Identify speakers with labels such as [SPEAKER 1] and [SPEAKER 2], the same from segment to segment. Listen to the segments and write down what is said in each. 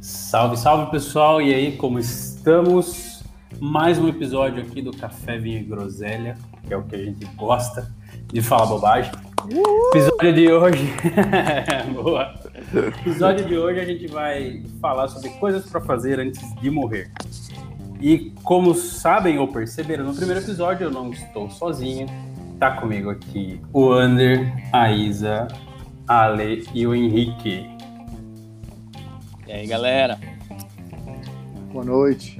[SPEAKER 1] Salve, salve pessoal! E aí, como estamos? Mais um episódio aqui do Café Vinho e Groselha, que é o que a gente gosta de falar bobagem. Episódio de hoje. Boa! Episódio de hoje a gente vai falar sobre coisas para fazer antes de morrer. E como sabem ou perceberam no primeiro episódio, eu não estou sozinho. Tá comigo aqui o Ander, a Isa, a Ale e o Henrique.
[SPEAKER 2] E aí, galera?
[SPEAKER 3] Boa noite.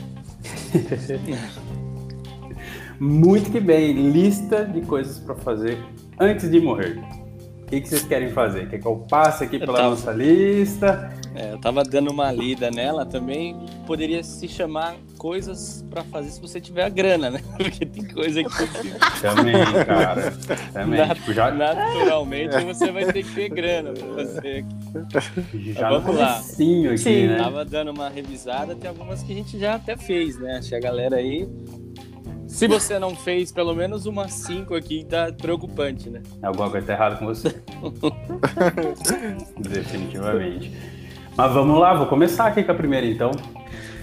[SPEAKER 1] Muito que bem, lista de coisas para fazer antes de morrer. O que, que vocês querem fazer? Quer que eu passe aqui
[SPEAKER 2] Eu
[SPEAKER 1] pela
[SPEAKER 2] tava-
[SPEAKER 1] nossa lista?
[SPEAKER 2] É, eu tava dando uma lida nela também. Poderia se chamar coisas pra fazer se você tiver a grana, né? Porque tem coisa que
[SPEAKER 1] Também, cara. Também.
[SPEAKER 2] Na-
[SPEAKER 1] Tipo, já,
[SPEAKER 2] naturalmente você vai ter que ter grana pra fazer.
[SPEAKER 1] já no
[SPEAKER 2] vamos lá.
[SPEAKER 1] comecinho aqui,
[SPEAKER 4] Sim.
[SPEAKER 1] né?
[SPEAKER 2] Tava dando uma revisada, tem algumas que a gente já até fez, né? Achei a galera aí. Se você não fez, pelo menos umas cinco aqui tá preocupante, né?
[SPEAKER 1] Alguma coisa tá errada com você. Definitivamente. Mas vamos lá, vou começar aqui com a primeira então.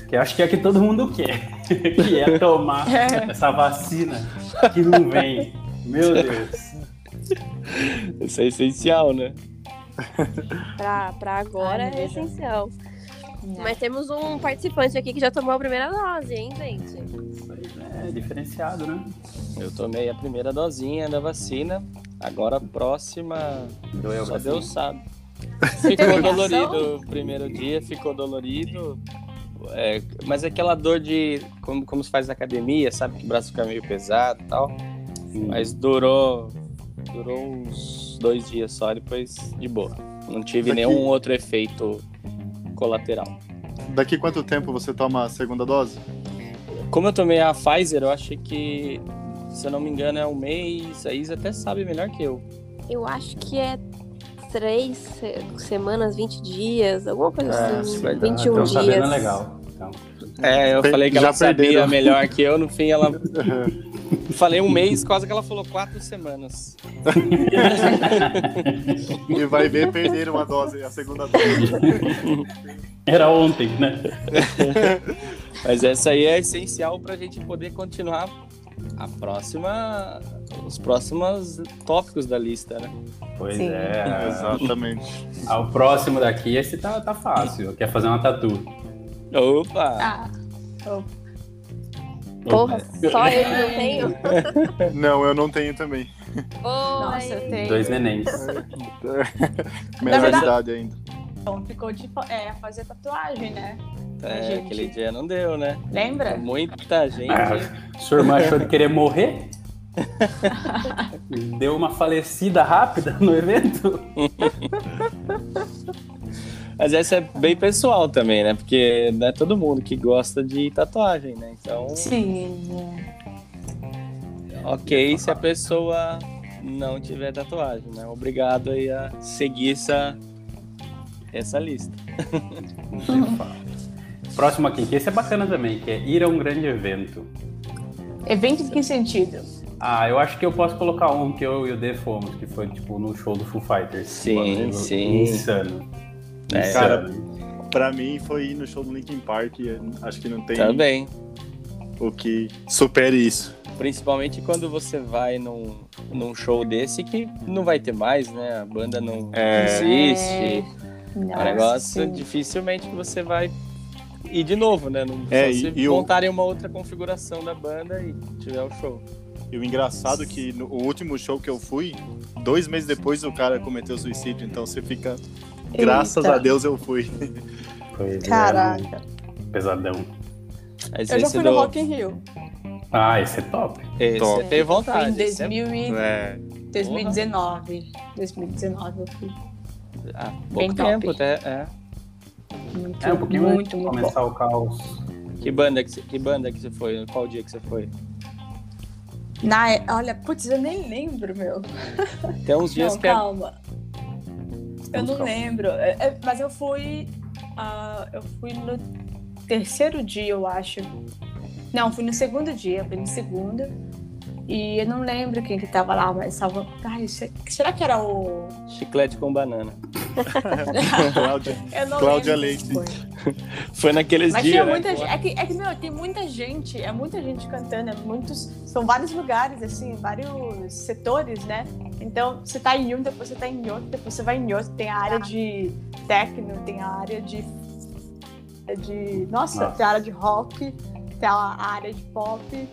[SPEAKER 1] Que eu acho que é a que todo mundo quer. que é tomar
[SPEAKER 4] É.
[SPEAKER 1] essa vacina que não vem. Meu Deus.
[SPEAKER 2] Isso é essencial, né?
[SPEAKER 5] Pra, pra agora
[SPEAKER 4] Ai, meu
[SPEAKER 5] é
[SPEAKER 4] Deus.
[SPEAKER 5] essencial. Mas temos um participante aqui que já tomou a primeira dose, hein, gente?
[SPEAKER 1] Isso aí É diferenciado, né?
[SPEAKER 2] Eu tomei a primeira dosinha da vacina. Agora a próxima
[SPEAKER 1] Doeu
[SPEAKER 2] Só
[SPEAKER 1] pra
[SPEAKER 2] Deus sabe.
[SPEAKER 4] teve
[SPEAKER 2] Ficou
[SPEAKER 4] reação?
[SPEAKER 2] dolorido o primeiro dia, ficou dolorido. É, mas é aquela dor de. Como, como se faz na academia, sabe? Que o braço fica meio pesado e tal.
[SPEAKER 1] Sim.
[SPEAKER 2] Mas durou. Durou uns dois dias só, depois de boa. Não tive
[SPEAKER 3] Daqui-
[SPEAKER 2] nenhum outro efeito colateral.
[SPEAKER 3] Daqui quanto tempo você toma a segunda dose?
[SPEAKER 2] Como eu tomei a Pfizer, eu achei que, se eu não me engano, é um mês. A Isa até sabe melhor que eu.
[SPEAKER 5] Eu acho que é três se- semanas, 20 dias, alguma coisa
[SPEAKER 2] Ah,
[SPEAKER 5] assim.
[SPEAKER 2] vai dar,
[SPEAKER 5] 21
[SPEAKER 1] Então
[SPEAKER 5] dias.
[SPEAKER 1] sabendo é legal. Então,
[SPEAKER 2] É, eu
[SPEAKER 3] Pe-
[SPEAKER 2] falei que
[SPEAKER 3] já
[SPEAKER 2] ela sabia
[SPEAKER 3] perderam.
[SPEAKER 2] melhor que eu, no fim ela. falei um mês, quase que ela falou quatro semanas.
[SPEAKER 3] E vai ver perderam a dose, a segunda dose.
[SPEAKER 1] era ontem, né?
[SPEAKER 2] Mas essa aí é essencial pra gente poder continuar a próxima. Os próximos tópicos da lista, né?
[SPEAKER 1] Pois
[SPEAKER 4] Sim.
[SPEAKER 3] Ah.
[SPEAKER 1] é.
[SPEAKER 3] Exatamente.
[SPEAKER 1] Ah, o próximo daqui, esse tá, tá fácil. Quer fazer uma tatu.
[SPEAKER 2] Opa!
[SPEAKER 4] Ah,
[SPEAKER 5] Porra,
[SPEAKER 2] É.
[SPEAKER 5] só eu que não tenho.
[SPEAKER 3] Não, eu não tenho também.
[SPEAKER 4] nossa, eu tenho.
[SPEAKER 1] Dois nenéns.
[SPEAKER 3] Menor
[SPEAKER 4] verdade-
[SPEAKER 3] de idade ainda.
[SPEAKER 4] Então ficou de fa- é, fazer tatuagem, né?
[SPEAKER 2] É,
[SPEAKER 4] gente. É.
[SPEAKER 2] aquele dia não deu, né?
[SPEAKER 4] Lembra?
[SPEAKER 2] Muita gente.
[SPEAKER 1] Ah, Sua irmã achou de querer morrer? Deu uma falecida rápida no evento?
[SPEAKER 2] Mas essa é bem pessoal também, né? Porque não é todo mundo que gosta de tatuagem, né? Então,
[SPEAKER 4] Sim.
[SPEAKER 2] ok, se a pessoa não tiver tatuagem, né? Obrigado aí a seguir essa, essa lista.
[SPEAKER 1] Próximo aqui, que esse é bacana também, que é ir a um grande evento.
[SPEAKER 4] Evento em que sentido?
[SPEAKER 1] Ah, eu acho que eu posso colocar um que eu e o D fomos, que foi tipo no show do Foo Fighters.
[SPEAKER 2] Sim,
[SPEAKER 1] Bagulho
[SPEAKER 2] sim.
[SPEAKER 1] Insano.
[SPEAKER 2] É,
[SPEAKER 1] Cara,
[SPEAKER 3] Pra mim foi ir no show do Linkin Park. e Acho que não tem
[SPEAKER 2] Também.
[SPEAKER 3] o que supere isso.
[SPEAKER 2] Principalmente quando você vai num, num show desse que não vai ter mais, né? A banda não
[SPEAKER 3] É.
[SPEAKER 2] existe. É um
[SPEAKER 4] Nossa,
[SPEAKER 2] negócio
[SPEAKER 4] então, sim.
[SPEAKER 2] dificilmente que você vai ir de novo, né? Não,
[SPEAKER 3] É,
[SPEAKER 2] só se
[SPEAKER 3] e- e o-
[SPEAKER 2] montarem uma outra configuração da banda e tiver o show.
[SPEAKER 3] E o engraçado é que no o último show que eu fui, dois meses depois o cara cometeu suicídio. Então você fica. Graças
[SPEAKER 4] Eita.
[SPEAKER 3] a Deus eu fui.
[SPEAKER 1] foi
[SPEAKER 4] Caraca.
[SPEAKER 1] é, né? pesadão.
[SPEAKER 2] Mas
[SPEAKER 4] Eu já
[SPEAKER 2] esse
[SPEAKER 4] fui
[SPEAKER 2] do-
[SPEAKER 4] no Rock in Rio.
[SPEAKER 1] Ah, esse é top.
[SPEAKER 2] esse
[SPEAKER 3] Top.
[SPEAKER 2] eu tenho
[SPEAKER 4] Foi em
[SPEAKER 2] vontade. esse é-
[SPEAKER 4] 2000 e-
[SPEAKER 3] É,
[SPEAKER 4] 2019. 2019 eu fui.
[SPEAKER 2] Ah,
[SPEAKER 4] Bem
[SPEAKER 2] pouco
[SPEAKER 4] top.
[SPEAKER 2] tempo até. é.
[SPEAKER 4] Muito,
[SPEAKER 1] É um pouquinho antes
[SPEAKER 4] muito,
[SPEAKER 1] de
[SPEAKER 4] muito bom.
[SPEAKER 1] começar o caos.
[SPEAKER 2] Que banda que você, que banda que você foi? Qual dia que você foi?
[SPEAKER 4] Na, olha, putz, eu nem lembro, meu.
[SPEAKER 2] Tem uns dias
[SPEAKER 4] Não,
[SPEAKER 2] que é
[SPEAKER 4] calma. Eu não
[SPEAKER 2] Calma.
[SPEAKER 4] lembro. É, é, mas eu fui. ah, eu fui no terceiro dia, eu acho. Não, fui no segundo dia, fui no segundo. E eu não lembro quem que tava lá, mas salva. Ai, se- será que era o.
[SPEAKER 2] Chiclete com banana.
[SPEAKER 3] Cláudia.
[SPEAKER 4] Eu não
[SPEAKER 3] Cláudia
[SPEAKER 4] lembro quem
[SPEAKER 3] Leite.
[SPEAKER 4] foi.
[SPEAKER 2] Foi naqueles
[SPEAKER 4] Mas tinha
[SPEAKER 2] dias, né?
[SPEAKER 4] muita gente. É que, é que, meu, tem muita gente, é muita gente cantando, é muitos. São vários lugares, assim, vários setores, né? Então, você tá em um, depois você tá em outro, depois você vai em outro. Tem a área de techno, tem a área de. é de nossa,
[SPEAKER 1] Nossa.
[SPEAKER 4] tem a área de rock, tem a área de pop.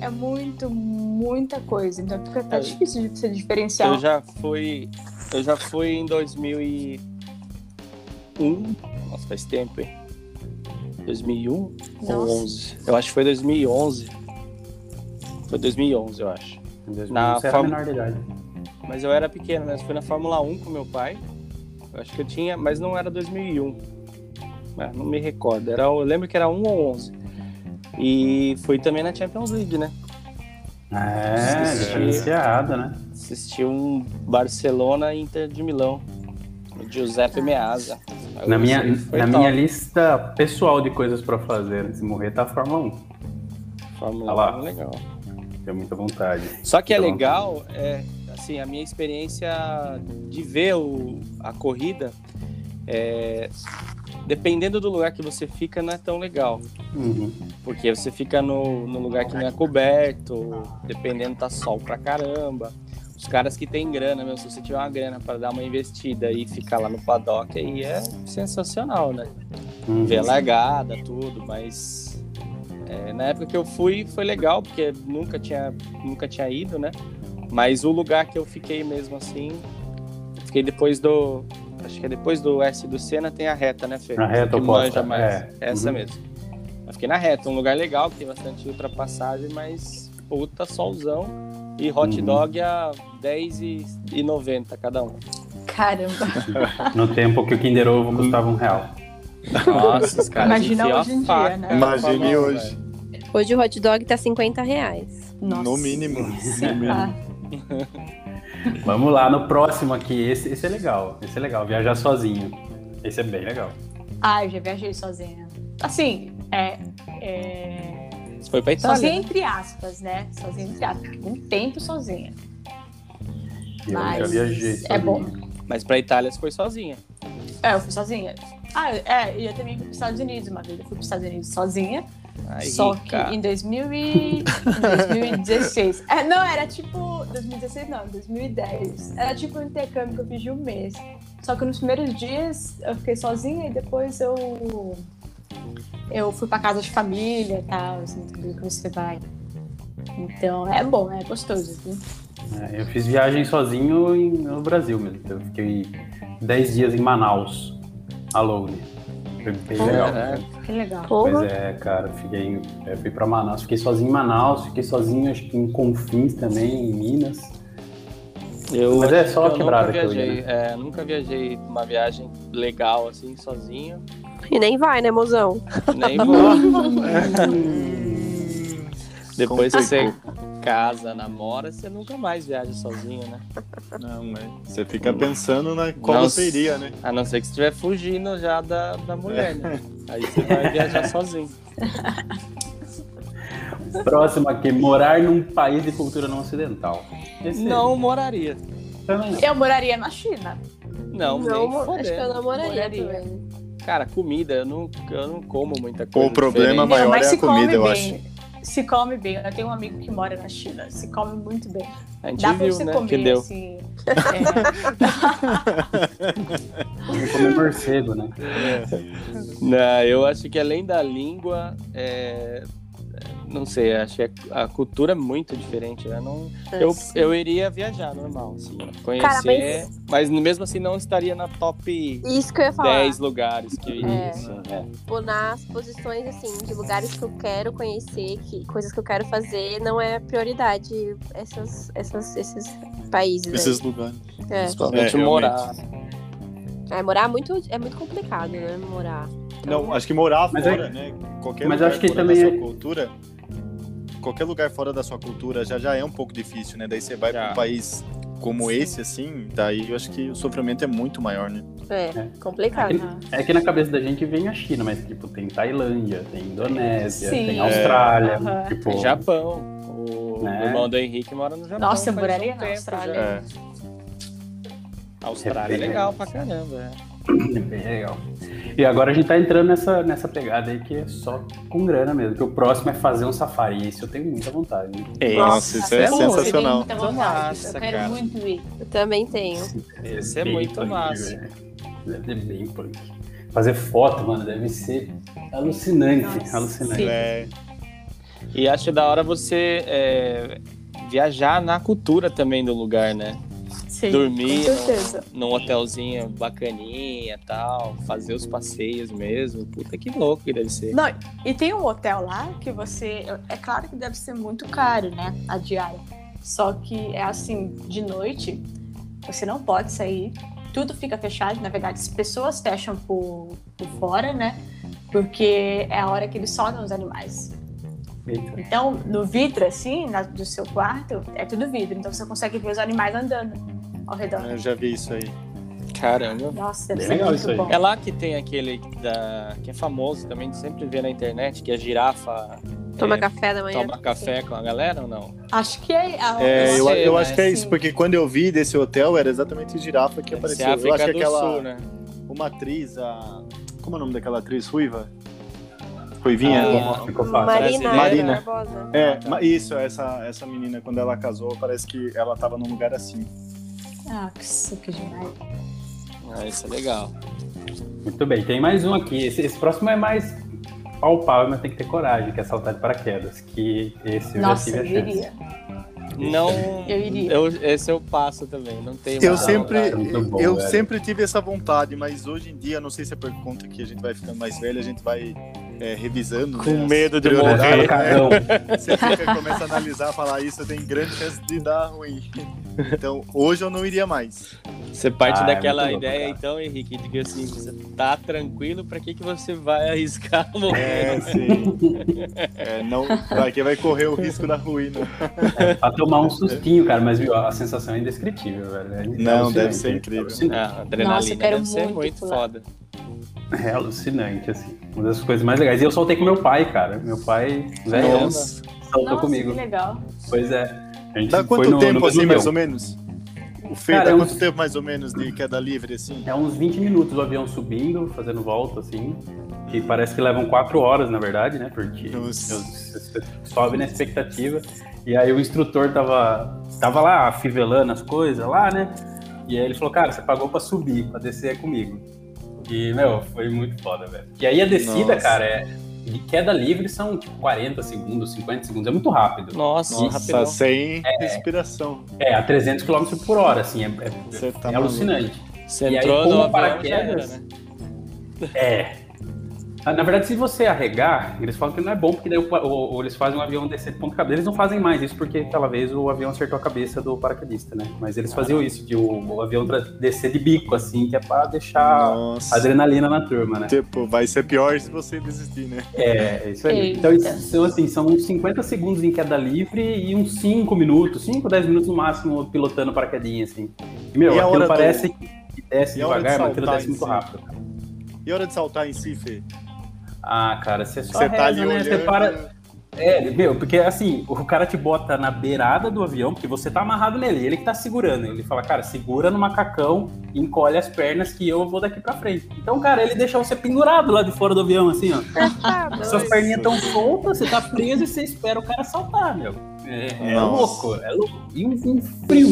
[SPEAKER 4] É muito, muita coisa. Então fica até
[SPEAKER 2] É.
[SPEAKER 4] difícil de você diferenciar.
[SPEAKER 2] Eu já fui. Eu já fui em 2001. Nossa, faz tempo, hein? 2001 ou
[SPEAKER 4] Nossa.
[SPEAKER 2] 11? Eu acho que foi 2011. Foi 2011, eu acho.
[SPEAKER 1] Em 2000
[SPEAKER 2] Na
[SPEAKER 1] você era
[SPEAKER 2] fam-
[SPEAKER 1] menor de idade.
[SPEAKER 2] Mas eu era pequeno, né? Foi na Fórmula 1 com meu pai. Eu acho que eu tinha, mas não era 2001. Ah, não me recordo. Era, eu lembro que era 1 ou 11. E fui também na Champions League, né?
[SPEAKER 1] É, diferenciado, né?
[SPEAKER 2] Assisti um Barcelona e Inter de Milão. O Giuseppe Meazza.
[SPEAKER 1] Na minha,
[SPEAKER 2] Isso aí foi
[SPEAKER 1] na
[SPEAKER 2] top.
[SPEAKER 1] minha lista pessoal de coisas pra fazer antes de morrer tá a Fórmula
[SPEAKER 2] Fórmula
[SPEAKER 1] Olha Ah lá.
[SPEAKER 2] 1, legal.
[SPEAKER 1] 1. Tenho muita vontade.
[SPEAKER 2] Só que é
[SPEAKER 1] Então.
[SPEAKER 2] legal, é, assim, a minha experiência de ver o- a corrida, é, dependendo do lugar que você fica, não é tão legal.
[SPEAKER 1] Uhum.
[SPEAKER 2] Porque você fica no, no lugar que não é coberto, dependendo, tá sol pra caramba. Os caras que tem grana, meu, se você tiver uma grana pra dar uma investida e ficar lá no paddock, aí é sensacional, né?
[SPEAKER 1] Uhum.
[SPEAKER 2] Ver a largada, tudo, mas. é, na época que eu fui, foi legal, porque nunca tinha, nunca tinha ido, né? Mas o lugar que eu fiquei mesmo assim. eu Fiquei depois do. Acho que é depois do S do Senna tem a reta, né, Fê?
[SPEAKER 1] A reta
[SPEAKER 2] que
[SPEAKER 1] oposta,
[SPEAKER 2] manja mais.
[SPEAKER 1] é.
[SPEAKER 2] Essa
[SPEAKER 1] Uhum.
[SPEAKER 2] mesmo. Eu fiquei na reta, um lugar legal, que tem bastante ultrapassagem, mas puta solzão. E hot
[SPEAKER 1] Uhum.
[SPEAKER 2] dog a 10,90 cada um.
[SPEAKER 4] Caramba.
[SPEAKER 1] No tempo que o Kinder Ovo custava um real.
[SPEAKER 2] Nossa, os caras.
[SPEAKER 4] Imagina
[SPEAKER 2] enfiam a
[SPEAKER 4] hoje em dia,
[SPEAKER 2] faca
[SPEAKER 4] né?
[SPEAKER 2] na
[SPEAKER 3] Imagine
[SPEAKER 2] mão,
[SPEAKER 3] hoje.
[SPEAKER 2] velho.
[SPEAKER 5] Hoje o hot dog tá 50 reais.
[SPEAKER 3] No mínimo.
[SPEAKER 4] Sim, tá.
[SPEAKER 1] Vamos lá, no próximo aqui. Esse, esse é legal. Esse é legal, viajar sozinho. Esse é bem legal.
[SPEAKER 4] Ai, já viajei sozinha. Assim, é. é...
[SPEAKER 2] Você foi pra Itália.
[SPEAKER 4] Sozinha assim, entre aspas, né? Sozinha entre aspas. Um tempo sozinha.
[SPEAKER 1] Eu já
[SPEAKER 4] Mas
[SPEAKER 1] viajei.
[SPEAKER 4] é
[SPEAKER 1] sozinho.
[SPEAKER 4] bom.
[SPEAKER 2] Mas pra Itália você foi sozinha.
[SPEAKER 4] É, eu fui sozinha. Ah, é, e eu também fui pros Estados Unidos uma vez. Eu fui pros Estados Unidos sozinha.
[SPEAKER 2] Aí,
[SPEAKER 4] só
[SPEAKER 2] cara.
[SPEAKER 4] que em 2000 e- em 2016. É, não, era tipo. 2016 não, 2010. Era tipo um intercâmbio que eu fiz de um mês. Só que nos primeiros dias eu fiquei sozinha e depois eu. Eu fui pra casa de família e tal, assim, tudo que você vai. Então é bom, é gostoso. Viu?
[SPEAKER 1] É, Eu fiz viagem sozinho em- no Brasil mesmo. Eu fiquei 10 dias em Manaus, alone. Foi bem legal.
[SPEAKER 2] Caraca.
[SPEAKER 4] Que legal.
[SPEAKER 1] Pois
[SPEAKER 5] Porra.
[SPEAKER 1] é, cara, fiquei, eu fui pra Manaus, fiquei sozinho em Manaus, fiquei sozinho acho que em Confins também, em Minas.
[SPEAKER 2] Eu
[SPEAKER 1] Mas é
[SPEAKER 2] acho
[SPEAKER 1] só
[SPEAKER 2] que
[SPEAKER 1] a quebrada que
[SPEAKER 2] nunca
[SPEAKER 1] eu
[SPEAKER 2] viajei,
[SPEAKER 1] ia, né?
[SPEAKER 2] é, nunca viajei uma viagem legal assim sozinho,
[SPEAKER 5] E nem vai, né, mozão?
[SPEAKER 2] nem vou.
[SPEAKER 4] Hum.
[SPEAKER 2] Depois que você casa, namora, você nunca mais viaja sozinho, né?
[SPEAKER 3] Não, mas você fica pensando na como
[SPEAKER 2] Nossa.
[SPEAKER 3] seria, né?
[SPEAKER 2] A não ser que você estiver fugindo já da, da mulher, né? Aí você vai viajar sozinho.
[SPEAKER 1] Próximo aqui, morar num país de cultura não ocidental. Esse
[SPEAKER 2] Não moraria.
[SPEAKER 1] também não.
[SPEAKER 4] Eu moraria na China.
[SPEAKER 2] Não,
[SPEAKER 5] Não,
[SPEAKER 2] Então, nem
[SPEAKER 5] mo- acho que
[SPEAKER 2] foder.
[SPEAKER 5] eu namoraria
[SPEAKER 4] Moraria.
[SPEAKER 5] também.
[SPEAKER 2] Cara, comida, eu não, eu não como muita coisa.
[SPEAKER 3] O problema
[SPEAKER 2] diferente.
[SPEAKER 3] maior
[SPEAKER 4] Meu, mas
[SPEAKER 3] é
[SPEAKER 4] se
[SPEAKER 3] a
[SPEAKER 4] come
[SPEAKER 3] comida, eu acho.
[SPEAKER 4] bem. Se come bem. Eu tenho um amigo que mora na China. Se come muito bem.
[SPEAKER 2] A gente
[SPEAKER 4] Dá pra
[SPEAKER 2] viu,
[SPEAKER 4] você
[SPEAKER 2] né?
[SPEAKER 4] comer,
[SPEAKER 2] Que deu.
[SPEAKER 4] assim. É.
[SPEAKER 1] Vamos comer morcego, né?
[SPEAKER 3] É,
[SPEAKER 2] Não, eu acho que além da língua, é, não sei, acho que a- a cultura é muito diferente. Né? Não,
[SPEAKER 4] É,
[SPEAKER 2] eu, eu iria viajar normal, assim,
[SPEAKER 5] Cara,
[SPEAKER 2] conhecer,
[SPEAKER 5] mas-
[SPEAKER 2] mas... mesmo assim não estaria na top
[SPEAKER 5] Isso que eu ia falar.
[SPEAKER 2] 10 lugares que eu iria.
[SPEAKER 5] É.
[SPEAKER 2] assim, né?
[SPEAKER 5] Tipo, nas posições, assim, de lugares que eu quero conhecer, que, coisas que eu quero fazer, não é prioridade essas, essas, esses países. aí.
[SPEAKER 3] Esses lugares.
[SPEAKER 5] É.
[SPEAKER 2] Principalmente
[SPEAKER 3] É,
[SPEAKER 2] morar.
[SPEAKER 5] É, morar é muito, é muito complicado, né? Morar. Então,
[SPEAKER 3] Não, acho que morar
[SPEAKER 1] Mas é
[SPEAKER 3] fora, né? Qualquer
[SPEAKER 1] mas
[SPEAKER 3] lugar
[SPEAKER 1] acho que
[SPEAKER 3] fora
[SPEAKER 1] também
[SPEAKER 3] da
[SPEAKER 1] é-
[SPEAKER 3] sua cultura. Qualquer lugar fora da sua cultura já, já é um pouco difícil, né? Daí você vai
[SPEAKER 2] Já.
[SPEAKER 3] pra um país como esse, assim, daí eu acho que o sofrimento é muito maior, né?
[SPEAKER 5] É,
[SPEAKER 1] É.
[SPEAKER 5] complicado.
[SPEAKER 1] É que na cabeça da gente vem a China, mas tipo, tem Tailândia, tem Indonésia,
[SPEAKER 4] Sim. É.
[SPEAKER 1] tem Austrália,
[SPEAKER 4] Aham.
[SPEAKER 1] tipo,
[SPEAKER 2] Japão. O... O
[SPEAKER 1] Né?
[SPEAKER 2] irmão do Henrique mora no Japão.
[SPEAKER 4] Nossa, eu
[SPEAKER 2] faz
[SPEAKER 4] moraria
[SPEAKER 2] um
[SPEAKER 4] na
[SPEAKER 2] tempo
[SPEAKER 4] Austrália.
[SPEAKER 3] É.
[SPEAKER 2] já. Austrália é legal pra caramba. é.
[SPEAKER 1] É bem legal. E agora a gente tá entrando nessa, nessa pegada aí que é só com grana mesmo. Que o próximo é fazer um safari. E isso eu tenho muita vontade. né?
[SPEAKER 3] Nossa, isso é
[SPEAKER 2] Pô,
[SPEAKER 3] sensacional.
[SPEAKER 4] Então, Eu tenho muita vontade.
[SPEAKER 2] Nossa,
[SPEAKER 4] eu quero
[SPEAKER 2] cara.
[SPEAKER 4] muito ir.
[SPEAKER 5] Eu também tenho.
[SPEAKER 2] Esse é
[SPEAKER 1] Bem
[SPEAKER 2] muito
[SPEAKER 1] punk,
[SPEAKER 2] massa.
[SPEAKER 1] velho. Deve ser bem punk. Fazer foto, mano, deve ser alucinante.
[SPEAKER 4] Nossa,
[SPEAKER 1] alucinante.
[SPEAKER 4] sim.
[SPEAKER 3] É,
[SPEAKER 2] E acho da hora você é, viajar na cultura também do lugar, né?
[SPEAKER 4] Sim.
[SPEAKER 2] Dormir
[SPEAKER 4] Com certeza.
[SPEAKER 2] num hotelzinho bacaninha e tal, fazer os passeios mesmo. Puta que louco que deve ser.
[SPEAKER 4] Não, e tem um hotel lá que você. É claro que deve ser muito caro, né? A diária. Só que é assim, de noite, você não pode sair. Tudo fica fechado, na verdade, as pessoas fecham por, por fora, né? Porque é a hora que eles soltam os animais.
[SPEAKER 1] Eita.
[SPEAKER 4] Então, no vidro, assim, na- do seu quarto, é tudo vidro. Então você consegue ver os animais andando ao redor.
[SPEAKER 3] eu já vi isso aí.
[SPEAKER 2] Caramba.
[SPEAKER 4] Nossa, deve
[SPEAKER 1] Bem
[SPEAKER 4] ser
[SPEAKER 1] legal
[SPEAKER 4] muito
[SPEAKER 1] isso aí.
[SPEAKER 4] bom.
[SPEAKER 2] É lá que tem aquele da, que é famoso também, de sempre vê na internet, que a girafa
[SPEAKER 5] Toma
[SPEAKER 2] é,
[SPEAKER 5] café da manhã.
[SPEAKER 2] toma café com a galera ou não?
[SPEAKER 4] Acho que é. a-
[SPEAKER 3] É, eu,
[SPEAKER 2] sei,
[SPEAKER 3] eu
[SPEAKER 2] né?
[SPEAKER 3] acho que é isso,
[SPEAKER 4] Sim.
[SPEAKER 3] porque quando eu vi desse hotel era exatamente girafa que
[SPEAKER 2] Deve ser
[SPEAKER 3] apareceu. Eu acho
[SPEAKER 2] África
[SPEAKER 3] que
[SPEAKER 2] do
[SPEAKER 3] aquela.
[SPEAKER 2] Sul, né?
[SPEAKER 3] Uma atriz, a. Como é o nome daquela atriz? Ruiva?
[SPEAKER 4] É.
[SPEAKER 3] Ruivinha?
[SPEAKER 2] Ah,
[SPEAKER 1] Ficou fácil.
[SPEAKER 5] Marina,
[SPEAKER 3] Marina.
[SPEAKER 5] Barbosa.
[SPEAKER 3] é, ma- isso, essa, essa menina, quando ela casou, parece que ela tava num lugar assim.
[SPEAKER 4] Ah, que suco demais.
[SPEAKER 2] Ah, isso é legal.
[SPEAKER 1] Muito bem, tem mais um aqui. Esse, esse próximo é mais palpável, mas tem que ter coragem, que é saltar de paraquedas. Que esse eu
[SPEAKER 4] Nossa,
[SPEAKER 1] já
[SPEAKER 4] eu
[SPEAKER 1] tive a chance.
[SPEAKER 4] iria.
[SPEAKER 2] Não.
[SPEAKER 4] Eu iria.
[SPEAKER 2] eu- esse eu passo também, não tem
[SPEAKER 3] Eu
[SPEAKER 1] Não,
[SPEAKER 2] mais
[SPEAKER 3] sempre,
[SPEAKER 1] cara, é
[SPEAKER 2] vontade.
[SPEAKER 1] muito bom,
[SPEAKER 3] eu
[SPEAKER 1] velho.
[SPEAKER 3] sempre tive essa vontade, mas hoje em dia, não sei se é por conta que a gente vai ficando mais velho, a gente vai é, revisando. né,
[SPEAKER 2] Com
[SPEAKER 3] as
[SPEAKER 2] medo de
[SPEAKER 1] Vou botar no
[SPEAKER 2] morrer.
[SPEAKER 1] carrão.
[SPEAKER 3] Você fica, começa a analisar, falar isso, tem grande chance de dar ruim. Então, hoje eu não iria mais.
[SPEAKER 2] Você parte
[SPEAKER 1] Ah, é
[SPEAKER 2] daquela
[SPEAKER 1] muito louco,
[SPEAKER 2] ideia,
[SPEAKER 1] cara.
[SPEAKER 2] então, Henrique, de que assim, você tá tranquilo, pra que, que você vai arriscar morrer?
[SPEAKER 3] É, sim. É, não, pra quem vai correr o risco da ruína?
[SPEAKER 1] Pra tomar um sustinho, cara, mas viu, a sensação é indescritível, velho. É
[SPEAKER 3] É. Não, deve
[SPEAKER 1] alucinante,
[SPEAKER 3] ser
[SPEAKER 1] né?
[SPEAKER 3] incrível.
[SPEAKER 1] Alucinante.
[SPEAKER 2] Ah, a adrenalina
[SPEAKER 4] Nossa, eu quero
[SPEAKER 2] deve ser
[SPEAKER 4] muito
[SPEAKER 2] muito
[SPEAKER 4] pular.
[SPEAKER 2] foda.
[SPEAKER 1] É alucinante, assim. Uma das coisas mais legais. E eu soltei com meu pai, cara. Meu pai, velho,
[SPEAKER 2] Nossa.
[SPEAKER 1] soltou
[SPEAKER 4] Nossa,
[SPEAKER 1] comigo.
[SPEAKER 4] que legal.
[SPEAKER 1] Pois é. A gente
[SPEAKER 3] Dá quanto
[SPEAKER 1] foi no,
[SPEAKER 3] tempo,
[SPEAKER 1] no
[SPEAKER 3] assim,
[SPEAKER 1] mesmo
[SPEAKER 3] mais
[SPEAKER 1] avião.
[SPEAKER 3] ou menos? O Fê,
[SPEAKER 1] Cara,
[SPEAKER 3] dá
[SPEAKER 1] eu-
[SPEAKER 3] quanto tempo, mais ou menos, de queda livre, assim?
[SPEAKER 1] É uns 20 minutos o avião subindo, fazendo volta, assim. Que parece que levam 4 horas, na verdade, né? Porque
[SPEAKER 3] Nossa.
[SPEAKER 1] você sobe na expectativa. E aí o instrutor tava, tava lá, fivelando as coisas lá, né? E aí ele falou, cara, você pagou pra subir, pra descer é comigo. E, meu, foi muito foda, velho. E aí a descida,
[SPEAKER 3] Nossa.
[SPEAKER 1] cara, é. De queda livre são tipo 40 segundos, 50 segundos, é muito rápido.
[SPEAKER 2] Nossa,
[SPEAKER 3] Nossa,
[SPEAKER 2] rapidão.
[SPEAKER 3] sem respiração.
[SPEAKER 1] É, a 300 km por hora, assim, é, é-
[SPEAKER 3] Você tá
[SPEAKER 1] é
[SPEAKER 3] maluco.
[SPEAKER 1] alucinante.
[SPEAKER 2] Você
[SPEAKER 1] E aí,
[SPEAKER 2] entrou
[SPEAKER 1] como
[SPEAKER 2] no avião, já
[SPEAKER 1] paraquedas,
[SPEAKER 2] era, né?
[SPEAKER 1] É. Ah, Na verdade, se você arregar, eles falam que não é bom, porque daí o, o- o- eles fazem um avião descer de ponta cabeça. Eles não fazem mais isso porque aquela vez o avião acertou a cabeça do paraquedista, né? Mas eles faziam
[SPEAKER 3] Ah.
[SPEAKER 1] isso, de o, o avião tra- descer de bico, assim, que é pra
[SPEAKER 3] Ah,
[SPEAKER 1] deixar
[SPEAKER 3] Nossa.
[SPEAKER 1] adrenalina na turma, né?
[SPEAKER 3] Tipo, vai ser pior se você desistir, né?
[SPEAKER 1] É, é isso aí.
[SPEAKER 4] Eita.
[SPEAKER 1] Então, isso são assim, são uns 50 segundos em queda livre e uns 5 minutos, 5, 10 minutos no máximo, pilotando paraquedinha, assim. E, meu,
[SPEAKER 3] E a
[SPEAKER 1] aquilo
[SPEAKER 3] hora do-
[SPEAKER 1] parece que desce
[SPEAKER 3] E a hora de
[SPEAKER 1] devagar, mas aquilo
[SPEAKER 3] saltar
[SPEAKER 1] desce
[SPEAKER 3] em
[SPEAKER 1] muito
[SPEAKER 3] si?
[SPEAKER 1] rápido.
[SPEAKER 3] E a hora de saltar em si, Fê?
[SPEAKER 1] Ah, cara, você só
[SPEAKER 3] Você
[SPEAKER 1] reza,
[SPEAKER 3] tá ali
[SPEAKER 1] né? Você
[SPEAKER 3] olhando.
[SPEAKER 1] para... É, meu, porque assim, o cara te bota na beirada do avião, porque você tá amarrado nele, ele que tá segurando. Ele fala, cara, segura no macacão, encolhe as pernas que eu vou daqui pra frente. Então, cara, ele deixa você pendurado lá de fora do avião, assim, ó.
[SPEAKER 5] Tá
[SPEAKER 1] Suas
[SPEAKER 5] doido.
[SPEAKER 1] perninhas tão soltas, você tá preso e você espera o cara saltar, meu. É, é
[SPEAKER 3] Nossa.
[SPEAKER 1] louco, é louco. E um, um frio,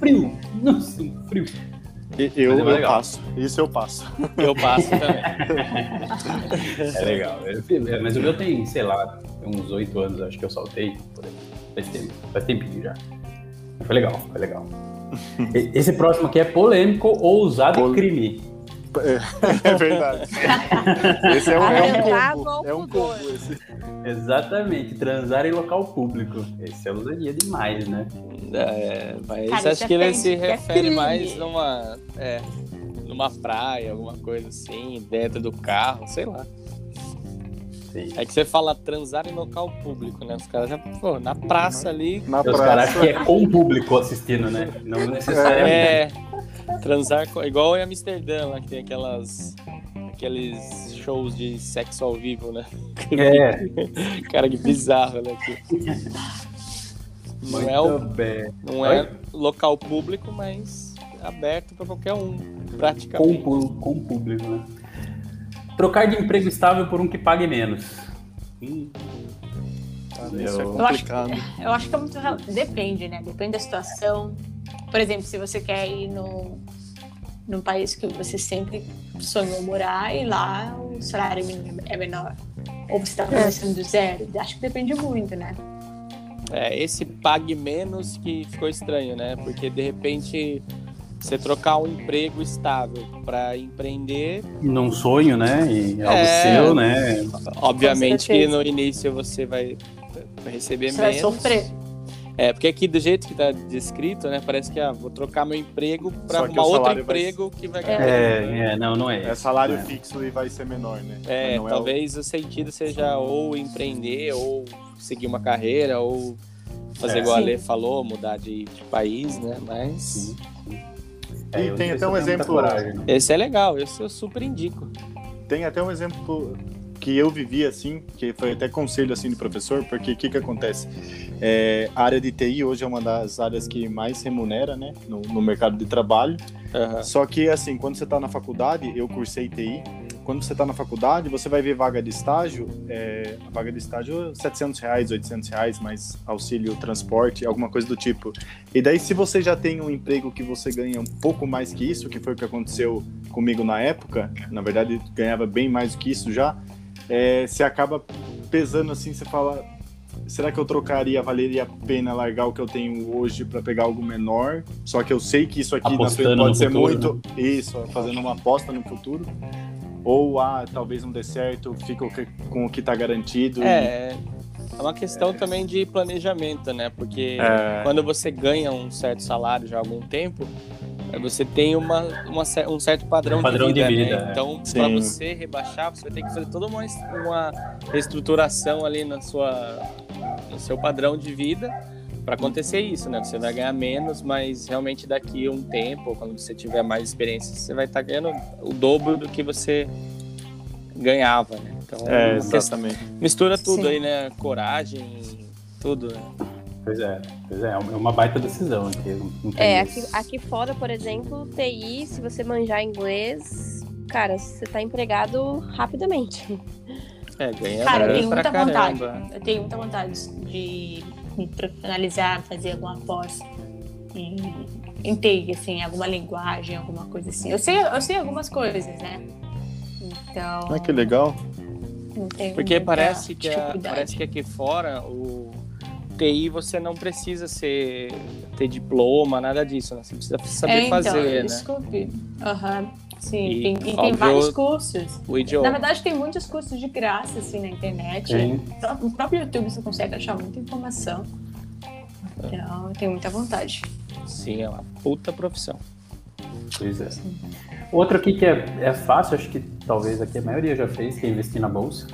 [SPEAKER 1] frio. Nossa, um frio.
[SPEAKER 3] E- Eu,
[SPEAKER 1] Mas é mais
[SPEAKER 3] eu
[SPEAKER 1] legal.
[SPEAKER 3] passo. Isso eu passo.
[SPEAKER 2] Eu passo também.
[SPEAKER 1] É legal. É, mas o meu tem, sei lá, uns oito anos, acho que eu saltei. Por aí. Faz tempo, faz tempinho já. Foi legal, foi legal. E- Esse próximo aqui é polêmico, ousado
[SPEAKER 3] Pol-
[SPEAKER 1] e crime.
[SPEAKER 3] É verdade. Esse é um, é um
[SPEAKER 5] Arrancar
[SPEAKER 3] combo.
[SPEAKER 5] golpe
[SPEAKER 3] É um
[SPEAKER 5] boa.
[SPEAKER 3] combo esse.
[SPEAKER 1] Exatamente, transar em local público. Esse é ousadia demais, né?
[SPEAKER 2] É, mas
[SPEAKER 4] Cara,
[SPEAKER 2] acho
[SPEAKER 4] isso
[SPEAKER 2] que
[SPEAKER 4] é
[SPEAKER 2] ele
[SPEAKER 4] crime,
[SPEAKER 2] se
[SPEAKER 4] isso é
[SPEAKER 2] refere
[SPEAKER 4] crime.
[SPEAKER 2] mais numa, é, numa praia, alguma coisa assim, dentro do carro, sei lá.
[SPEAKER 1] Sim.
[SPEAKER 2] É que você fala transar em local público, né? Os caras já, pô, na praça ali.
[SPEAKER 3] Na
[SPEAKER 1] Os caras acham
[SPEAKER 3] praça.
[SPEAKER 1] que é com o público assistindo, né? Não necessariamente.
[SPEAKER 2] É, transar com- igual em Amsterdã, lá que tem aquelas. Aqueles shows de sexo ao vivo, né?
[SPEAKER 1] É,
[SPEAKER 2] Cara, que bizarro, né? Que- Não é o-
[SPEAKER 1] Muito bem.
[SPEAKER 2] Não é local público, mas aberto para qualquer um,
[SPEAKER 1] Com,
[SPEAKER 2] praticamente.
[SPEAKER 1] o pu- com o público, né? Trocar de emprego estável por um que pague menos. Hum,
[SPEAKER 2] Ah,
[SPEAKER 3] Cara, isso é
[SPEAKER 1] Eu-
[SPEAKER 4] Eu acho-
[SPEAKER 3] complicado.
[SPEAKER 4] Eu acho que é muito. rel- Depende, né? Depende da situação. Por exemplo, se você quer ir num, num país que você sempre sonhou morar e lá o salário mínimo é menor. Ou você tá começando do zero. Acho que depende muito, né?
[SPEAKER 2] É, esse pague menos que ficou estranho, né? Porque de repente você trocar um emprego estável para empreender,
[SPEAKER 1] Num sonho, né? E algo
[SPEAKER 2] É.
[SPEAKER 1] seu, né?
[SPEAKER 2] obviamente que
[SPEAKER 4] certeza.
[SPEAKER 2] no início você vai vai receber
[SPEAKER 4] Você vai
[SPEAKER 2] menos.
[SPEAKER 4] sofrer.
[SPEAKER 2] É, porque aqui do jeito que tá descrito, né? Parece que ah, vou trocar meu emprego para
[SPEAKER 3] Só que
[SPEAKER 2] arrumar
[SPEAKER 3] o
[SPEAKER 2] outro
[SPEAKER 3] salário vai-
[SPEAKER 2] emprego que vai ganhar. menos, né?
[SPEAKER 1] É, é, não, não é.
[SPEAKER 3] É
[SPEAKER 1] isso,
[SPEAKER 3] salário
[SPEAKER 1] né?
[SPEAKER 3] fixo e vai ser menor, né?
[SPEAKER 2] É,
[SPEAKER 3] Mas não o-
[SPEAKER 2] talvez o sentido seja ou empreender, ou seguir uma carreira, ou fazer
[SPEAKER 1] É.
[SPEAKER 2] igual a
[SPEAKER 4] Sim.
[SPEAKER 2] Lê falou, mudar de, de país, né? Mas
[SPEAKER 1] Sim.
[SPEAKER 3] E
[SPEAKER 1] É, eu
[SPEAKER 3] tem
[SPEAKER 1] não sei
[SPEAKER 3] até
[SPEAKER 1] se eu tenho
[SPEAKER 3] um
[SPEAKER 1] muita
[SPEAKER 3] exemplo-
[SPEAKER 1] coragem, não.
[SPEAKER 2] esse é legal, esse eu super indico.
[SPEAKER 3] Tem até um exemplo que eu vivi assim, que foi até conselho assim do professor, porque o que que acontece? É, a área de TI hoje é uma das áreas que mais remunera, né, no, no mercado de trabalho.
[SPEAKER 2] Aham.
[SPEAKER 3] Só que assim, quando você está na faculdade, eu cursei TI. Quando você está na faculdade, você vai ver vaga de estágio, é, a vaga de estágio é 700 reais, 800 reais, mais auxílio transporte, alguma coisa do tipo. E daí, se você já tem um emprego que você ganha um pouco mais que isso, que foi o que aconteceu comigo na época, na verdade, ganhava bem mais do que isso já, é, você acaba pesando assim, você fala, será que eu trocaria, valeria a pena largar o que eu tenho hoje para pegar algo menor? Só que eu sei que isso aqui na
[SPEAKER 1] Apostando
[SPEAKER 3] frente
[SPEAKER 1] no
[SPEAKER 3] pode ser
[SPEAKER 1] futuro, né?
[SPEAKER 3] muito. Isso, fazendo uma aposta no futuro. Ou, ah, talvez não dê certo, fica o que- com o que tá garantido.
[SPEAKER 2] É, é uma questão também de planejamento, né? Porque
[SPEAKER 3] É.
[SPEAKER 2] quando você ganha um certo salário já há algum tempo, eh, você tem uma, uma cer- um certo padrão,
[SPEAKER 1] Padrão
[SPEAKER 2] de
[SPEAKER 1] de
[SPEAKER 2] vida,
[SPEAKER 1] vida,
[SPEAKER 2] né?
[SPEAKER 1] é.
[SPEAKER 2] Então, para
[SPEAKER 3] Sim.
[SPEAKER 2] você rebaixar, você vai ter que fazer toda uma, es- uma reestruturação ali na sua, no seu padrão de vida para acontecer isso, né? Você vai ganhar menos, mas realmente daqui a um tempo, quando você tiver mais experiência, você vai estar ganhando o dobro do que você ganhava, né? Então,
[SPEAKER 3] É,
[SPEAKER 2] uma questão-
[SPEAKER 3] exatamente.
[SPEAKER 2] Mistura tudo
[SPEAKER 4] Sim.
[SPEAKER 2] aí, né? Coragem, tudo, né?
[SPEAKER 1] Pois é, pois é, é uma baita decisão aqui. não- não tem
[SPEAKER 5] É, aqui,
[SPEAKER 1] isso.
[SPEAKER 5] aqui fora, por exemplo, TI, se você manjar inglês, cara, você tá empregado rapidamente.
[SPEAKER 2] É, ganha
[SPEAKER 4] Cara, eu
[SPEAKER 2] bem
[SPEAKER 4] tenho
[SPEAKER 2] pra
[SPEAKER 4] muita
[SPEAKER 2] caramba.
[SPEAKER 4] Eu tenho muita vontade de me profissionalizar, fazer alguma pós em, em TI, assim, alguma linguagem, alguma coisa assim. Eu sei, eu sei algumas coisas, né? Então,
[SPEAKER 3] Ah, que legal.
[SPEAKER 4] não tenho
[SPEAKER 2] Porque
[SPEAKER 4] muita
[SPEAKER 2] parece que, a-
[SPEAKER 4] dificuldade.
[SPEAKER 2] parece que aqui fora, o TI, você não precisa ser, ter diploma, nada disso, né? Você precisa saber
[SPEAKER 4] é, então,
[SPEAKER 2] fazer, né?
[SPEAKER 4] Desculpe. Aham. Sim,
[SPEAKER 2] E,
[SPEAKER 4] tem, e tem
[SPEAKER 2] óbvio,
[SPEAKER 4] vários cursos.
[SPEAKER 2] O
[SPEAKER 4] Na
[SPEAKER 2] idioma.
[SPEAKER 4] verdade, tem muitos cursos de graça, assim, na internet.
[SPEAKER 1] Sim.
[SPEAKER 4] Pró- No próprio YouTube você consegue achar muita informação. Então, eu tenho muita vontade.
[SPEAKER 2] Sim, é uma puta profissão.
[SPEAKER 1] Pois é. Outro aqui que é, é fácil, acho que talvez aqui a maioria já fez, que é investir na bolsa.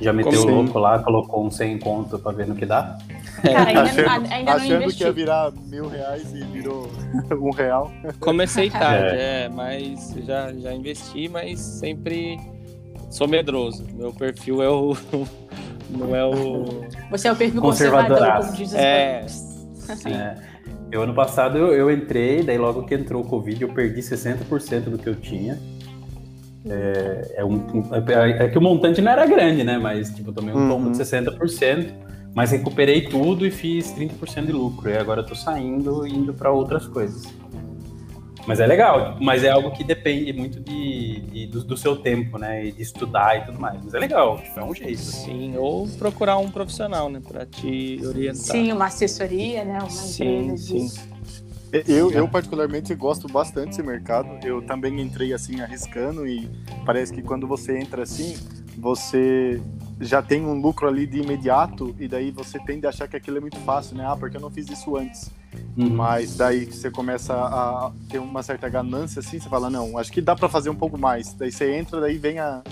[SPEAKER 1] Já meteu o
[SPEAKER 3] Como assim?
[SPEAKER 1] louco lá, colocou um 100 em conto pra ver no que dá.
[SPEAKER 2] É,
[SPEAKER 4] Cara,
[SPEAKER 2] tá
[SPEAKER 4] ainda,
[SPEAKER 3] Achando-
[SPEAKER 4] ainda não
[SPEAKER 3] Achando que
[SPEAKER 4] investi.
[SPEAKER 3] ia virar mil reais e virou um real.
[SPEAKER 2] Comecei tarde, é, mas já, já investi, mas sempre sou medroso. Meu perfil é o... não é o...
[SPEAKER 4] Você é o perfil
[SPEAKER 1] Conservadoraço.
[SPEAKER 4] conservador, como diz os
[SPEAKER 2] É.
[SPEAKER 1] Sim. eu, ano passado eu, eu entrei, daí logo que entrou o Covid eu perdi 60% do que eu tinha. É, é um, é, é que o montante não era grande, né? Mas tipo, eu tomei um tombo
[SPEAKER 3] Uhum.
[SPEAKER 1] de 60%, mas recuperei tudo e fiz 30% de lucro. E agora eu tô saindo e indo para outras coisas. Mas é legal, mas é algo que depende muito de, de- do, do seu tempo, né? E de estudar e tudo mais. Mas é legal, tipo, é um jeito.
[SPEAKER 2] Sim, ou procurar um profissional, né, pra te orientar.
[SPEAKER 4] Sim, uma assessoria, né? Uma
[SPEAKER 2] Sim,
[SPEAKER 4] empresa de-
[SPEAKER 2] sim.
[SPEAKER 3] Eu, eu particularmente gosto bastante desse mercado. Eu também entrei assim arriscando e parece que quando você entra assim, você já tem um lucro ali de imediato e daí você tende a achar que aquilo é muito fácil, né? Ah, porque eu não fiz isso antes. Mas daí que você começa a ter uma certa ganância assim, você fala, não, acho que dá para fazer um pouco mais. Daí você entra, daí vem a,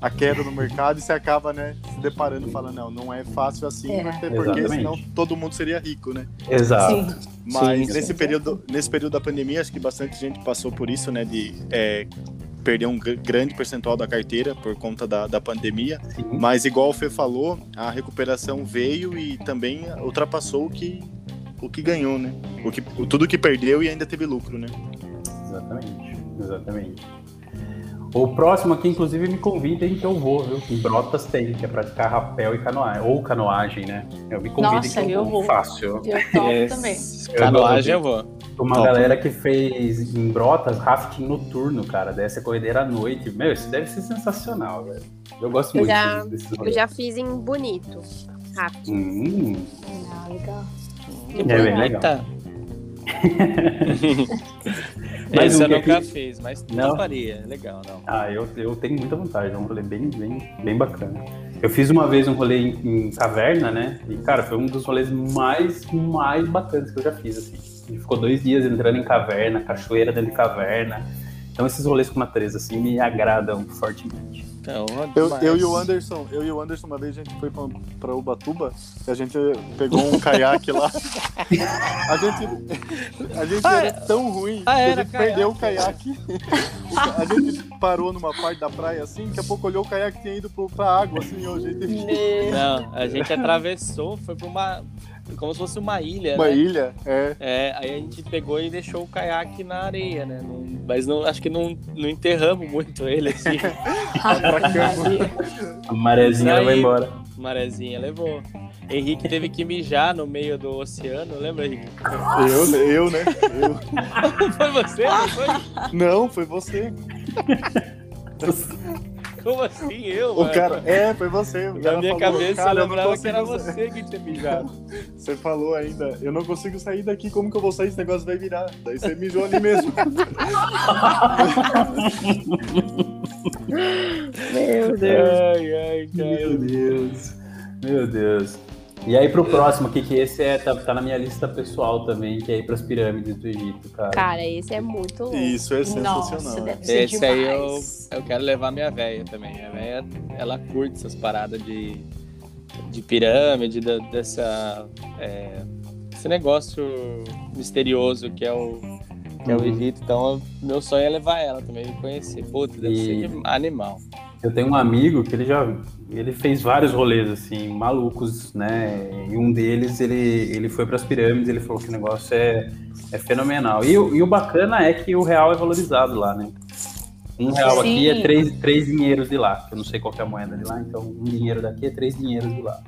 [SPEAKER 3] a queda no mercado e você acaba, né, se deparando, fala, não, não é fácil assim,
[SPEAKER 4] É.
[SPEAKER 3] até porque
[SPEAKER 1] Exatamente.
[SPEAKER 3] senão todo mundo seria rico, né?
[SPEAKER 1] Exato.
[SPEAKER 4] Sim.
[SPEAKER 3] Mas
[SPEAKER 2] Sim,
[SPEAKER 3] nesse,
[SPEAKER 4] sim.
[SPEAKER 3] período, nesse período da pandemia, acho que bastante gente passou por isso, né? De é, perdeu um gr- grande percentual da carteira por conta da, da pandemia.
[SPEAKER 1] Sim.
[SPEAKER 3] Mas, igual o Fê falou, a recuperação veio e também ultrapassou o que, o que ganhou, né? O que, o- tudo que perdeu e ainda teve lucro, né?
[SPEAKER 1] Exatamente, exatamente. O próximo aqui, inclusive, me convidem que eu vou, viu? Em Brotas tem, que é praticar rapel e canoagem. Ou canoagem, né? Eu me convidem
[SPEAKER 4] Nossa,
[SPEAKER 1] que
[SPEAKER 4] eu vou.
[SPEAKER 1] Fácil.
[SPEAKER 4] Eu topo
[SPEAKER 2] Yes.
[SPEAKER 4] também.
[SPEAKER 2] Canoagem eu vou.
[SPEAKER 1] Uma
[SPEAKER 3] Top.
[SPEAKER 1] galera que fez em Brotas rafting noturno, cara. Dessa corredeira à noite. Meu, isso deve ser sensacional, velho. Eu gosto
[SPEAKER 5] Eu
[SPEAKER 1] muito
[SPEAKER 5] já-
[SPEAKER 1] desses
[SPEAKER 5] Eu
[SPEAKER 1] rolês.
[SPEAKER 5] já fiz em bonito. Rápido.
[SPEAKER 1] Hum,
[SPEAKER 4] Ah, legal.
[SPEAKER 1] é bem legal.
[SPEAKER 2] Tá.
[SPEAKER 1] Mais
[SPEAKER 2] Esse
[SPEAKER 1] um
[SPEAKER 2] eu
[SPEAKER 1] que
[SPEAKER 2] nunca
[SPEAKER 1] aqui.
[SPEAKER 2] fiz, mas
[SPEAKER 1] Não?
[SPEAKER 2] não faria. é Legal, não.
[SPEAKER 1] Ah, eu, eu tenho muita vontade, é um rolê bem, bem, bem bacana. Eu fiz uma vez um rolê em, em caverna, né? E, cara, foi um dos rolês mais, mais bacanas que eu já fiz, assim. A gente ficou dois dias entrando em caverna, cachoeira dentro de caverna. Então esses rolês com natureza, assim, me agradam fortemente.
[SPEAKER 2] Então,
[SPEAKER 3] Eu,
[SPEAKER 2] mas-
[SPEAKER 3] eu e o Anderson, eu e o Anderson, uma vez a gente foi pra, pra Ubatuba e a gente pegou um caiaque lá. A gente, a gente
[SPEAKER 2] Ah,
[SPEAKER 3] era tão ruim
[SPEAKER 2] Ah,
[SPEAKER 3] que a
[SPEAKER 2] era
[SPEAKER 3] gente perdeu o caiaque. O ca- A gente parou numa parte da praia assim, daqui a pouco olhou o caiaque tinha ido pro, pra água, assim, ó, a gente
[SPEAKER 2] Não, a gente atravessou, foi pra uma. Como se fosse uma ilha,
[SPEAKER 3] uma
[SPEAKER 2] né?
[SPEAKER 3] ilha. É.
[SPEAKER 2] É, aí a gente pegou e deixou o caiaque na areia, né? Não- mas não, acho que não, não enterramos muito ele, assim.
[SPEAKER 1] A marezinha
[SPEAKER 2] Isso aí.
[SPEAKER 1] vai embora.
[SPEAKER 2] Marezinha levou. Henrique teve que mijar no meio do oceano, lembra, Henrique?
[SPEAKER 3] Eu, eu, né? Eu.
[SPEAKER 2] Foi você? Não foi?
[SPEAKER 3] Não, foi você.
[SPEAKER 2] Como assim eu?
[SPEAKER 3] O
[SPEAKER 2] mano?
[SPEAKER 3] cara. É, foi você. O
[SPEAKER 2] Na
[SPEAKER 3] cara
[SPEAKER 2] minha
[SPEAKER 3] falou,
[SPEAKER 2] cabeça
[SPEAKER 3] "Cara,
[SPEAKER 2] eu
[SPEAKER 3] não
[SPEAKER 2] lembrava que
[SPEAKER 3] consigo
[SPEAKER 2] era
[SPEAKER 3] sa-
[SPEAKER 2] você que tinha mijado.
[SPEAKER 3] Você falou ainda, eu não consigo sair daqui, como que eu vou sair? Esse negócio vai virar. Daí você mijou ali mesmo.
[SPEAKER 5] Meu
[SPEAKER 2] Ai, ai, cara.
[SPEAKER 1] Meu Deus. Meu Deus. E aí pro próximo aqui, que esse é, tá, tá na minha lista pessoal também, que é ir pras pirâmides do Egito, cara.
[SPEAKER 5] Cara, esse é muito louco.
[SPEAKER 3] Isso é
[SPEAKER 4] Nossa,
[SPEAKER 3] sensacional.
[SPEAKER 4] deve ser
[SPEAKER 2] né? Esse aí eu,
[SPEAKER 4] demais.
[SPEAKER 2] eu quero levar minha véia também. Minha véia, ela curte essas paradas de, de pirâmide, da- dessa, é, esse negócio misterioso que é o, que é o
[SPEAKER 1] Uhum.
[SPEAKER 2] Egito. Então, meu sonho é levar ela também, e conhecer. Puta, deve
[SPEAKER 1] E-
[SPEAKER 2] ser de- animal.
[SPEAKER 1] Eu tenho um amigo que ele já ele fez vários rolês assim, malucos, né? E um deles ele, ele foi para as pirâmides, ele falou que o negócio é, é fenomenal. E, o- e o bacana é que o real é valorizado lá, né? Um real aqui
[SPEAKER 4] Sim.
[SPEAKER 1] é três, três dinheiros de lá. que Eu não sei qual que é a moeda de lá, então um dinheiro daqui é três dinheiros de lá.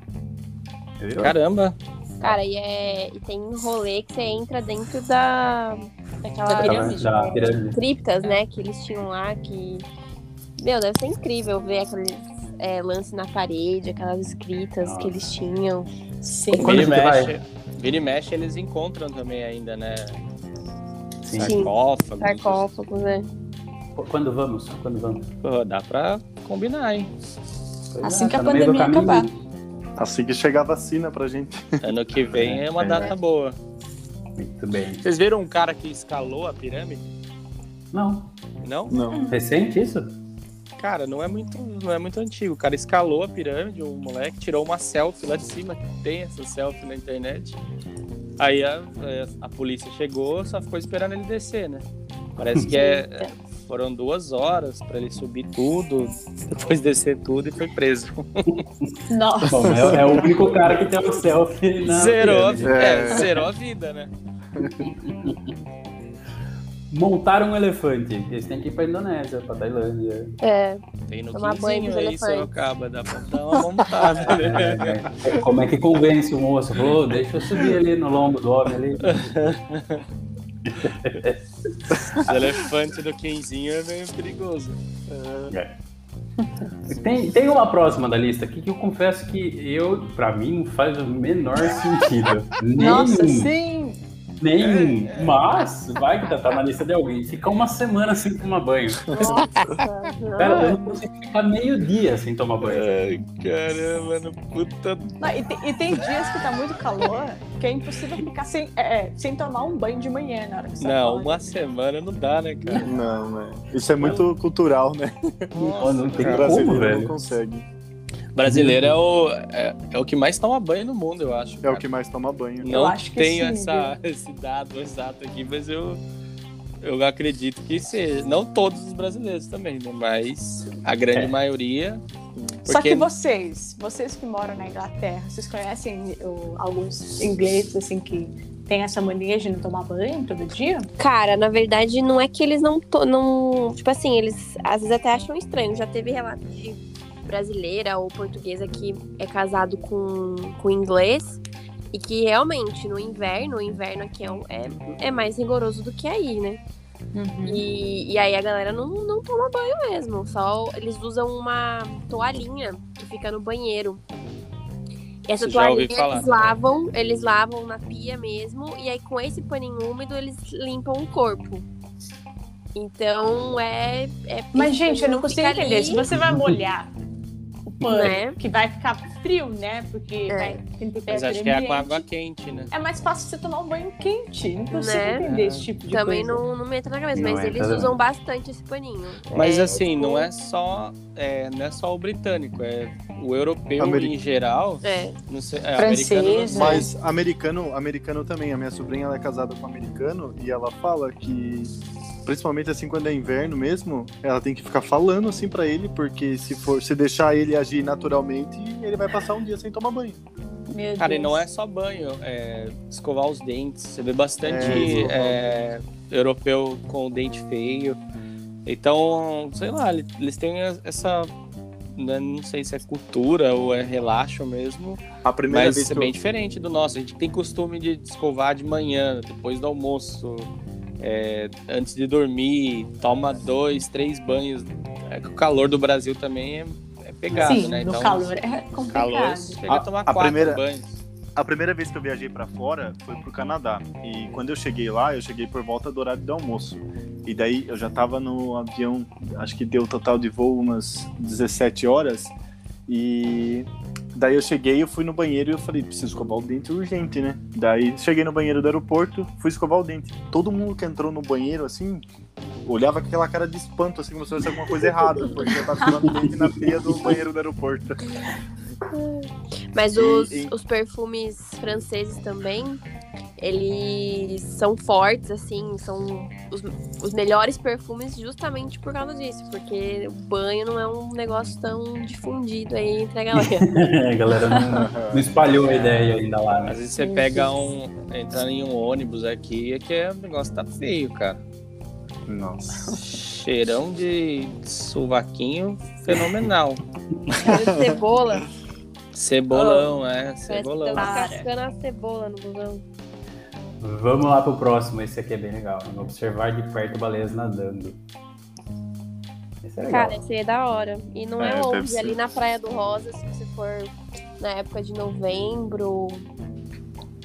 [SPEAKER 1] Entendeu?
[SPEAKER 2] Caramba!
[SPEAKER 5] Cara, e, é... e tem um rolê que você entra dentro da... daquela
[SPEAKER 1] Tá lá-
[SPEAKER 5] pirâmide.
[SPEAKER 1] da pirâmide.
[SPEAKER 5] criptas, né, que eles tinham lá, que. Meu, deve ser incrível ver aqueles é, lance na parede, aquelas escritas
[SPEAKER 1] Nossa.
[SPEAKER 5] que eles tinham.
[SPEAKER 4] Sim.
[SPEAKER 1] Quando
[SPEAKER 2] Vira e,
[SPEAKER 1] você
[SPEAKER 2] mexe, vira e mexe, eles encontram também ainda, né?
[SPEAKER 1] Sim.
[SPEAKER 5] Sim.
[SPEAKER 2] Sarcófagos.
[SPEAKER 5] Sarcófagos, né?
[SPEAKER 1] Pô, Quando vamos? Quando vamos?
[SPEAKER 2] Pô, dá pra combinar, hein?
[SPEAKER 1] Pois
[SPEAKER 4] Assim
[SPEAKER 1] é,
[SPEAKER 4] que a
[SPEAKER 1] no meio do
[SPEAKER 4] pandemia
[SPEAKER 1] caminho.
[SPEAKER 3] Assim que chegar a vacina pra gente.
[SPEAKER 2] Ano que vem é uma
[SPEAKER 1] É.
[SPEAKER 2] data boa.
[SPEAKER 1] Muito bem.
[SPEAKER 2] Vocês viram um cara que escalou a pirâmide?
[SPEAKER 1] Não.
[SPEAKER 2] Não?
[SPEAKER 3] Não.
[SPEAKER 1] Recente isso?
[SPEAKER 2] Cara, não é muito, não é muito antigo. O cara escalou a pirâmide, um moleque tirou uma selfie lá de cima, que tem essa selfie na internet. Aí a, a- a polícia chegou, só ficou esperando ele descer, né? Parece que é, é- foram duas horas pra ele subir tudo, depois descer tudo e foi preso.
[SPEAKER 4] Nossa.
[SPEAKER 1] Bom, é, é o único cara que tem um selfie na
[SPEAKER 2] zerou, a,
[SPEAKER 1] pirâmide.
[SPEAKER 2] vi-
[SPEAKER 3] É.
[SPEAKER 2] é, zerou a vida, né?
[SPEAKER 1] Montar um elefante. Eles têm que ir pra Indonésia, pra Tailândia.
[SPEAKER 5] É,
[SPEAKER 2] Tem no
[SPEAKER 5] Tomar banho
[SPEAKER 2] quinzinho
[SPEAKER 5] dos
[SPEAKER 2] aí,
[SPEAKER 5] elefantes.
[SPEAKER 2] Sorocaba, dá pra dar uma montada, né?
[SPEAKER 1] É, como é que convence o moço? Falou, deixa eu subir ali no lombo do homem ali.
[SPEAKER 2] Os elefantes do quinzinho é meio perigoso.
[SPEAKER 1] Tem, tem uma próxima da lista aqui que eu confesso que eu, pra mim, não faz o menor sentido.
[SPEAKER 2] Hum.
[SPEAKER 1] nenhum,
[SPEAKER 4] Nossa, sim.
[SPEAKER 1] nenhum. Mas vai que tá, tá na lista de alguém. Ficar uma semana sem tomar banho. Cara, eu não consigo ficar meio dia sem tomar banho.
[SPEAKER 2] Ai, caramba, no puta.
[SPEAKER 4] Não, e, tem, e tem dias que tá muito calor que é impossível ficar sem, é, é, sem tomar um banho de manhã na hora que você
[SPEAKER 2] Não,
[SPEAKER 4] acorda.
[SPEAKER 2] uma semana não dá, né, cara?
[SPEAKER 3] Não, né? Isso é muito cultural, né?
[SPEAKER 1] Nossa, não tem
[SPEAKER 3] o
[SPEAKER 1] como,
[SPEAKER 3] brasileiro não
[SPEAKER 1] velho.
[SPEAKER 3] consegue.
[SPEAKER 2] Brasileiro é o, é, é o que mais toma banho no mundo, eu acho.
[SPEAKER 3] É o
[SPEAKER 2] cara.
[SPEAKER 3] que mais toma banho.
[SPEAKER 2] Não
[SPEAKER 4] Eu acho que
[SPEAKER 2] tenho
[SPEAKER 4] sim,
[SPEAKER 2] essa, esse dado exato aqui, mas eu. eu acredito que seja. Não todos os brasileiros também, né? Mas a
[SPEAKER 1] É.
[SPEAKER 2] grande maioria.
[SPEAKER 4] Só que
[SPEAKER 2] Porque-
[SPEAKER 4] vocês, vocês que moram na Inglaterra, vocês conhecem o- alguns ingleses assim que tem essa mania de não tomar banho todo dia?
[SPEAKER 5] Cara, na verdade, não é que eles não, to- não. Tipo assim, eles às vezes até acham estranho. Já teve relato de brasileira ou portuguesa que é casado com, com inglês. E que realmente no inverno, o inverno aqui é, um- é, é mais rigoroso do que aí, né?
[SPEAKER 4] Uhum.
[SPEAKER 5] E, e aí a galera não, não toma banho mesmo. Só eles usam uma toalhinha que fica no banheiro. E essa
[SPEAKER 2] Isso já ouvi
[SPEAKER 5] toalhinha
[SPEAKER 2] falar.
[SPEAKER 5] eles lavam, eles lavam na pia mesmo, e aí com esse paninho úmido eles limpam o corpo. Então é. é
[SPEAKER 4] Mas,
[SPEAKER 5] isso,
[SPEAKER 4] gente, eu não consigo
[SPEAKER 5] fica
[SPEAKER 4] entender.
[SPEAKER 5] ali,
[SPEAKER 4] Se você vai molhar o pano,
[SPEAKER 5] Né?
[SPEAKER 4] que vai ficar frio, né? Porque
[SPEAKER 5] É.
[SPEAKER 4] vai tem temperatura
[SPEAKER 2] Mas acho que é com
[SPEAKER 4] ambiente.
[SPEAKER 2] água quente, né?
[SPEAKER 4] É mais fácil você tomar um banho quente. Não consigo
[SPEAKER 5] Né?
[SPEAKER 4] entender esse tipo de
[SPEAKER 5] Também
[SPEAKER 4] coisa.
[SPEAKER 5] não, não me entra na cabeça,
[SPEAKER 1] Não
[SPEAKER 5] mas
[SPEAKER 1] entra,
[SPEAKER 5] eles
[SPEAKER 1] não.
[SPEAKER 5] usam bastante esse paninho.
[SPEAKER 2] Mas
[SPEAKER 5] É,
[SPEAKER 2] assim,
[SPEAKER 5] tipo,
[SPEAKER 2] não é só é, não é só o britânico, é o europeu
[SPEAKER 3] Ameri-
[SPEAKER 2] em geral.
[SPEAKER 5] É.
[SPEAKER 2] Não sei, é,
[SPEAKER 4] Francês,
[SPEAKER 2] americano não sei.
[SPEAKER 4] né?
[SPEAKER 3] Mas americano, americano também. A minha sobrinha ela é casada com um americano e ela fala que, principalmente assim quando é inverno mesmo, ela tem que ficar falando assim pra ele, porque se for se deixar ele agir naturalmente, ele vai passar um dia sem tomar banho.
[SPEAKER 4] Meu
[SPEAKER 2] Cara, e
[SPEAKER 4] Deus.
[SPEAKER 2] não é só banho, é escovar os dentes. Você vê bastante
[SPEAKER 3] É, escovar
[SPEAKER 2] é, europeu com o dente feio. Então, sei lá, ele- eles têm a- essa. né, Não sei se é cultura ou é relaxo mesmo,
[SPEAKER 3] A primeira
[SPEAKER 2] mas
[SPEAKER 3] vez
[SPEAKER 2] é
[SPEAKER 3] que
[SPEAKER 2] bem
[SPEAKER 3] eu,
[SPEAKER 2] diferente do nosso. A gente tem costume de escovar de manhã, depois do almoço, é, antes de dormir, toma dois, três banhos. É que o calor do Brasil também é, é pegado,
[SPEAKER 4] Sim,
[SPEAKER 2] né?
[SPEAKER 4] no
[SPEAKER 2] Então,
[SPEAKER 4] calor é complicado.
[SPEAKER 2] calor, você chega a,
[SPEAKER 3] A-
[SPEAKER 2] tomar
[SPEAKER 3] a
[SPEAKER 2] quatro
[SPEAKER 3] primeira-
[SPEAKER 2] banhos.
[SPEAKER 3] a primeira vez que eu viajei pra fora foi pro Canadá. E quando eu cheguei lá, eu cheguei por volta do horário do almoço. E daí eu já tava no avião, acho que deu total de voo umas 17 horas. E daí eu cheguei, eu fui no banheiro e eu falei, preciso escovar o dente urgente, né? Daí cheguei no banheiro do aeroporto, fui escovar o dente. Todo mundo que entrou no banheiro, assim, olhava com aquela cara de espanto, assim, como se fosse alguma coisa errada, porque eu tava escovando o dente na pia do banheiro do aeroporto.
[SPEAKER 5] Mas
[SPEAKER 3] E-
[SPEAKER 5] os,
[SPEAKER 3] e-
[SPEAKER 5] os perfumes franceses também, eles são fortes, assim, são os, os melhores perfumes justamente por causa disso, porque o banho não é um negócio tão difundido aí entre a galera.
[SPEAKER 1] É, a galera não, não espalhou a ideia ainda lá, né?
[SPEAKER 2] Às vezes você
[SPEAKER 4] Meu
[SPEAKER 2] pega
[SPEAKER 4] Deus.
[SPEAKER 2] um. entrar em um ônibus aqui, é que é, o negócio tá feio, cara.
[SPEAKER 3] Nossa.
[SPEAKER 2] Cheirão de sovaquinho fenomenal.
[SPEAKER 5] Cara, de cebola,
[SPEAKER 2] Cebolão, é,
[SPEAKER 5] parece que estão
[SPEAKER 2] cebolão.
[SPEAKER 4] Cara.
[SPEAKER 5] cascando a cebola no busão.
[SPEAKER 1] Vamos lá pro próximo, esse aqui é bem legal. Observar de perto baleias nadando. Esse é legal.
[SPEAKER 5] Cara, isso aí é da hora. E não é,
[SPEAKER 3] É, deve
[SPEAKER 5] longe,
[SPEAKER 3] ser.
[SPEAKER 5] ali na Praia do Rosa, se você for na época de novembro,